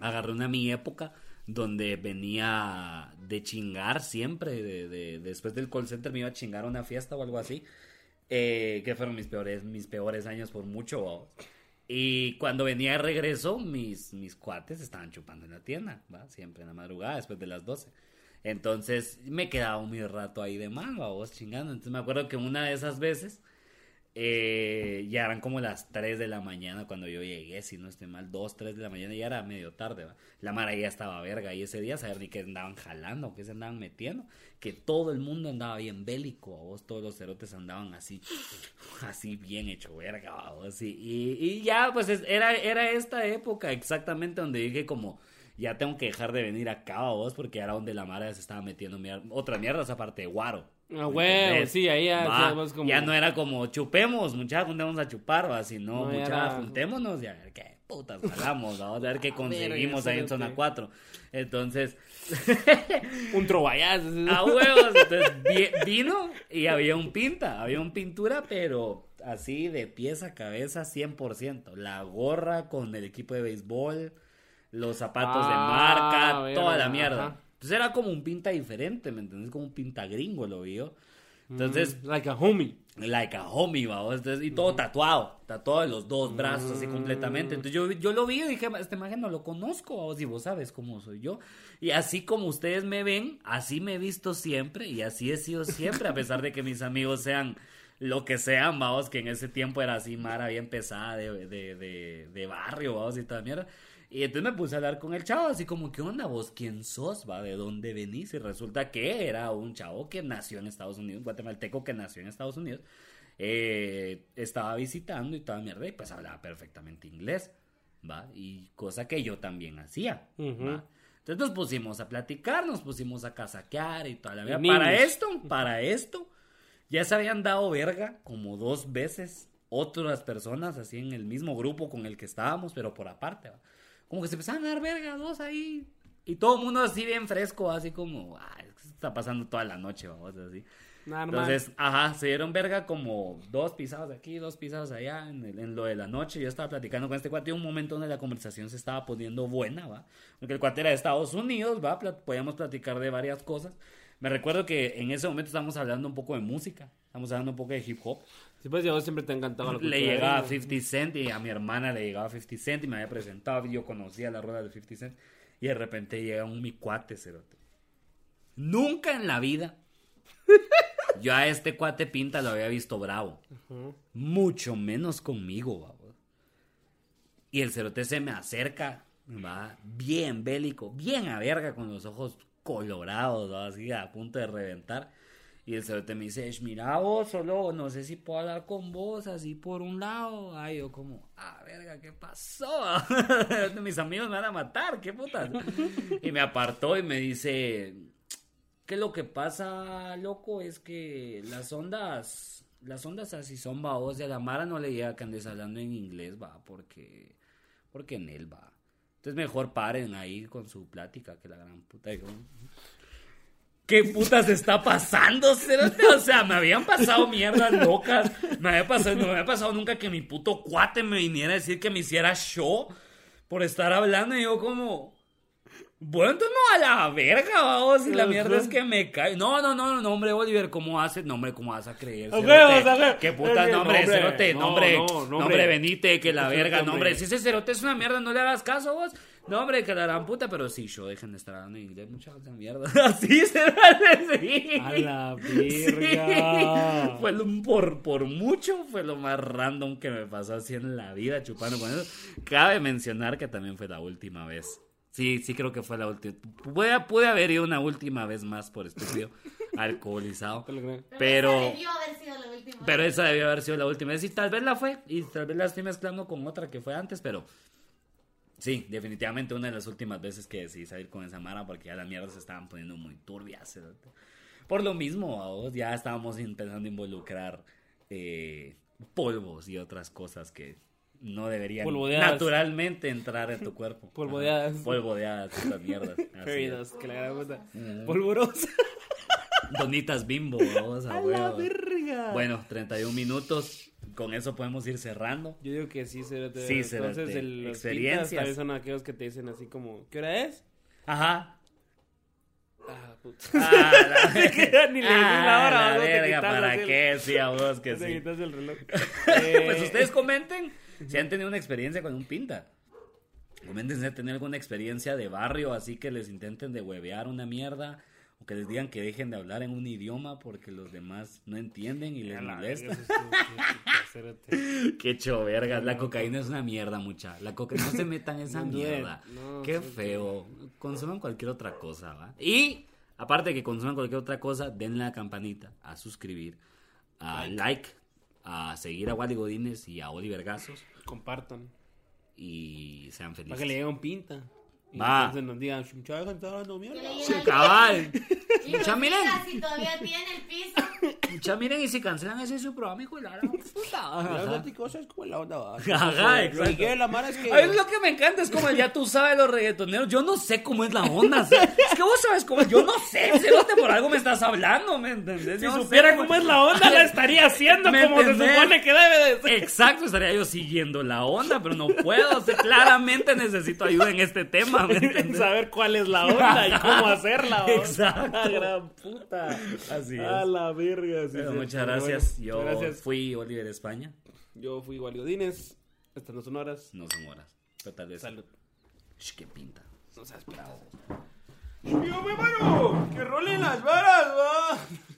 [SPEAKER 1] agarré una mi época donde venía de chingar siempre, de, de- después del call center me iba a chingar a una fiesta o algo así, eh, que fueron mis peores, mis peores años por mucho. babos. Y cuando venía de regreso, mis, mis cuates estaban chupando en la tienda, ¿va? siempre en la madrugada, después de las 12. Entonces me quedaba un mi rato ahí de mano, vos chingando. Entonces me acuerdo que una de esas veces, eh, ya eran como las 3 de la mañana cuando yo llegué, si no estoy mal, 2, 3 de la mañana, ya era medio tarde, ¿va? La mara ya estaba verga y ese día saber ni qué andaban jalando, qué se andaban metiendo, que todo el mundo andaba bien bélico, a vos todos los cerotes andaban así, así bien hecho verga, ¿va vos. Y, y- y ya, pues es- era, era esta época exactamente donde dije como... Ya tengo que dejar de venir acá a vos porque era donde la Mara se estaba metiendo mier- otra mierda, esa parte de Guaro.
[SPEAKER 2] Ah,
[SPEAKER 1] ¿me
[SPEAKER 2] huevo,
[SPEAKER 1] entendés?
[SPEAKER 2] sí, ahí ya,
[SPEAKER 1] Va,
[SPEAKER 2] ya vos como...
[SPEAKER 1] ya no era como chupemos, muchachos, juntemos a chupar, va, sino
[SPEAKER 2] No, ya
[SPEAKER 1] muchachos,
[SPEAKER 2] era- Ah,
[SPEAKER 1] juntémonos y a ver qué putas jalamos, ¿va? vamos a ver qué
[SPEAKER 2] A ver,
[SPEAKER 1] conseguimos ahí en zona
[SPEAKER 2] excelente.
[SPEAKER 1] 4. Entonces,
[SPEAKER 2] Un trovallazo.
[SPEAKER 1] a huevos, entonces vi- vino y había un pinta, había un pintura, pero así de pies a cabeza 100%. La gorra con el equipo de béisbol, los zapatos
[SPEAKER 2] Ah,
[SPEAKER 1] de marca, toda
[SPEAKER 2] verga,
[SPEAKER 1] la mierda.
[SPEAKER 2] ajá.
[SPEAKER 1] Entonces era como un pinta diferente, ¿me entendés? Como un pinta gringo, lo vio. Entonces,
[SPEAKER 2] Mm, like a homie.
[SPEAKER 1] Like a homie, vamos. Entonces, y todo tatuado, tatuado en los dos brazos, así completamente. Entonces yo, yo lo vi y dije, este imagen no lo conozco, vamos, y vos sabes cómo soy yo. Y así como ustedes me ven, así me he visto siempre y así he sido siempre, a pesar de que mis amigos sean lo que sean, vamos, que en ese tiempo era así, Mara bien pesada de, de, de, de barrio, vamos, y toda mierda. Y entonces me puse a hablar con el chavo, así como, ¿qué onda vos? ¿Quién sos? ¿Va? ¿De dónde venís? Y resulta que era un chavo que nació en Estados Unidos, un guatemalteco que nació en Estados Unidos. Eh, estaba visitando y toda mierda, y pues hablaba perfectamente inglés, ¿va? Y cosa que yo también hacía,
[SPEAKER 2] Ujú.
[SPEAKER 1] ¿va? Entonces nos pusimos a platicar, nos pusimos a casaquear y toda la mierda.
[SPEAKER 2] niños.
[SPEAKER 1] Para esto, para esto, ya se habían dado verga como dos veces otras personas así en el mismo grupo con el que estábamos, pero por aparte, ¿va? Como que se empezaban a dar verga dos ahí. Y todo el mundo así bien fresco, así como, ah, es que se está pasando toda la noche, vamos, así.
[SPEAKER 2] Normal.
[SPEAKER 1] Entonces, ajá, se dieron verga como dos pisados aquí, dos pisados allá, en, el- en lo de la noche. Yo estaba platicando con este cuate y un momento donde la conversación se estaba poniendo buena, ¿va? Porque el cuate era de Estados Unidos, ¿va? Pla- podíamos platicar de varias cosas. Me recuerdo que en ese momento estábamos hablando un poco de música, estábamos hablando un poco de hip hop.
[SPEAKER 2] Sí, pues ya vos siempre te ha encantado la cultura
[SPEAKER 1] Le llegaba
[SPEAKER 2] gringa.
[SPEAKER 1] 50 Cent y a mi hermana le llegaba 50 Cent y me había presentado. y Yo conocía la rueda de 50 Cent y de repente llega un mi cuate, cerote. Nunca en la vida yo a este cuate pinta lo había visto bravo. Mucho menos conmigo, babos. Y el cerote se me acerca, va bien bélico, bien a verga, con los ojos colorados, ¿va? así a punto de reventar. Y el cerote me dice, "Ish, mira vos, solo no sé si puedo hablar con vos, así por un lado. Ay, yo como, ah, verga, ¿qué pasó? Mis amigos me van a matar, qué putas. y me apartó y me dice, que lo que pasa, loco, es que las ondas, las ondas así son, va, o sea, la Mara no le llega que andes hablando en inglés, va, porque, porque en él va. Entonces mejor paren ahí con su plática, que la gran puta. yo, ¿Qué putas está pasando? cerote? O sea, me habían pasado mierdas locas. Me había pasado, no me había pasado nunca que mi puto cuate me viniera a decir que me hiciera show por estar hablando. Y yo como, bueno, entonces no a la verga, vamos. Y la mierda es que me cae. No, no, no, no, no, hombre, Oliver, ¿cómo haces? No, hombre, ¿cómo vas a creer?
[SPEAKER 2] A
[SPEAKER 1] cerote?
[SPEAKER 2] huevos, a huevos.
[SPEAKER 1] ¿Qué
[SPEAKER 2] Es
[SPEAKER 1] putas,
[SPEAKER 2] que
[SPEAKER 1] no, hombre,
[SPEAKER 2] no, hombre,
[SPEAKER 1] cerote,
[SPEAKER 2] no,
[SPEAKER 1] no, hombre,
[SPEAKER 2] no, no,
[SPEAKER 1] no,
[SPEAKER 2] hombre.
[SPEAKER 1] hombre, venite, que la
[SPEAKER 2] Cerote,
[SPEAKER 1] verga, no,
[SPEAKER 2] hombre.
[SPEAKER 1] hombre, si ese cerote es una mierda, no le hagas caso vos. No, hombre, que la gran puta, pero sí, yo dejen de estar hablando en inglés, mucha esa mierda. Así se sí.
[SPEAKER 2] A la
[SPEAKER 1] Sí.
[SPEAKER 2] verga.
[SPEAKER 1] Fue lo- por, por mucho, fue lo más random que me pasó así en la vida, chupando con eso. Cabe mencionar que también fue la última vez. Sí, sí creo que fue la última. Pude, pude haber ido una última vez más por estúpido, alcoholizado.
[SPEAKER 2] Te lo creo.
[SPEAKER 1] Pero-
[SPEAKER 3] esa debió haber sido la última.
[SPEAKER 1] Pero esa debió haber sido la última vez. Y tal vez la fue. Y tal vez la estoy mezclando con otra que fue antes, pero. Sí, definitivamente una de las últimas veces que decidí salir con esa mara porque ya las mierdas se estaban poniendo muy turbias. cerote. Por lo mismo, vamos, ya estábamos intentando involucrar eh, polvos y otras cosas que no deberían
[SPEAKER 2] Polvodeadas.
[SPEAKER 1] naturalmente entrar en tu cuerpo.
[SPEAKER 2] Polvodeadas.
[SPEAKER 1] Ajá, Polvodeadas, esas mierdas. así es.
[SPEAKER 2] Feridos, que la gran puta. Polvorosa.
[SPEAKER 1] Donitas bimbo, vamos, a
[SPEAKER 2] A la
[SPEAKER 1] huevo.
[SPEAKER 2] verga.
[SPEAKER 1] Bueno, 31 minutos. Con eso podemos ir cerrando.
[SPEAKER 2] Yo digo que sí, Cerote.
[SPEAKER 1] Sí,
[SPEAKER 2] Entonces,
[SPEAKER 1] Cerote.
[SPEAKER 2] el, los
[SPEAKER 1] Experiencias.
[SPEAKER 2] pintas tal vez son aquellos que te dicen así como, ¿qué hora es?
[SPEAKER 1] Ajá.
[SPEAKER 2] Ah, puta.
[SPEAKER 1] Ah, la,
[SPEAKER 2] Ni le decís la hora,
[SPEAKER 1] Ah, la
[SPEAKER 2] vos te
[SPEAKER 1] verga,
[SPEAKER 2] quitas
[SPEAKER 1] ¿para
[SPEAKER 2] así el-
[SPEAKER 1] qué? Sí, a vos que
[SPEAKER 2] Te
[SPEAKER 1] sí.
[SPEAKER 2] quitas el reloj.
[SPEAKER 1] Pues
[SPEAKER 2] Eh,
[SPEAKER 1] ustedes comenten si han tenido una experiencia con un pinta. Comenten si han tenido alguna experiencia de barrio, así que les intenten de huevear una mierda. O que les digan que dejen de hablar en un idioma porque los demás no entienden y les
[SPEAKER 2] a la
[SPEAKER 1] molesta.
[SPEAKER 2] verga, eso estuvo- puta, Cerote.
[SPEAKER 1] Qué chovergas, la cocaína es una mierda, mucha. La cocaína no se metan en esa
[SPEAKER 2] No, no,
[SPEAKER 1] mierda.
[SPEAKER 2] no,
[SPEAKER 1] Qué
[SPEAKER 2] sí, sí.
[SPEAKER 1] feo. Consuman cualquier otra cosa, ¿va? Y aparte de que consuman cualquier otra cosa, denle a la campanita, a suscribir, a like, a seguir a Wally Godínez y a Oliver Gasos
[SPEAKER 2] Compartan.
[SPEAKER 1] y sean
[SPEAKER 2] Para que le
[SPEAKER 1] felices.
[SPEAKER 2] llegue un pinta. Y
[SPEAKER 1] Va.
[SPEAKER 2] entonces nos digan, muchachos, están hablando
[SPEAKER 3] Que
[SPEAKER 2] mierda.
[SPEAKER 3] le
[SPEAKER 1] Sí,
[SPEAKER 3] llega
[SPEAKER 1] cabal.
[SPEAKER 3] el- y
[SPEAKER 1] Mucha,
[SPEAKER 3] los
[SPEAKER 1] miren.
[SPEAKER 3] mira si todavía tiene el piso.
[SPEAKER 1] Mucha, miren, y si cancelan ese es su programa, hijo de la gran puta.
[SPEAKER 2] La
[SPEAKER 1] Ajá.
[SPEAKER 2] verdad, y cosas como la onda va.
[SPEAKER 1] Ajá,
[SPEAKER 2] Lo que
[SPEAKER 1] exacto.
[SPEAKER 2] quiere la mara es que.
[SPEAKER 1] A mí lo que me encanta es como el ya tú sabes los reggaetoneros. Yo no sé cómo es la onda. o sea, es que vos sabes cómo. Yo no sé, cerote, por algo me estás hablando, ¿me entendés?
[SPEAKER 2] Si
[SPEAKER 1] Yo no sé
[SPEAKER 2] supiera cómo es la onda, la estaría haciendo
[SPEAKER 1] ¿Me
[SPEAKER 2] como se
[SPEAKER 1] entendés?
[SPEAKER 2] supone que debe de ser.
[SPEAKER 1] Exacto, estaría yo siguiendo la onda, pero no puedo. o sea, claramente necesito ayuda en este tema, ¿me
[SPEAKER 2] En
[SPEAKER 1] entendés?
[SPEAKER 2] saber cuál es la onda y cómo hacerla. ¿va?
[SPEAKER 1] Exacto.
[SPEAKER 2] La gran puta.
[SPEAKER 1] Así es.
[SPEAKER 2] A la verga. sí,
[SPEAKER 1] Pero
[SPEAKER 2] sí,
[SPEAKER 1] muchas
[SPEAKER 2] pero
[SPEAKER 1] gracias.
[SPEAKER 2] bueno,
[SPEAKER 1] Yo
[SPEAKER 2] muchas gracias.
[SPEAKER 1] fui Oliver España.
[SPEAKER 2] Yo fui Gualiodines. Estas no son horas.
[SPEAKER 1] No son horas. Pero tal vez.
[SPEAKER 2] Salud.
[SPEAKER 1] Sh, qué pinta.
[SPEAKER 2] No seas bravo. ¡Yo me mano! ¡Que rolen las varas, va!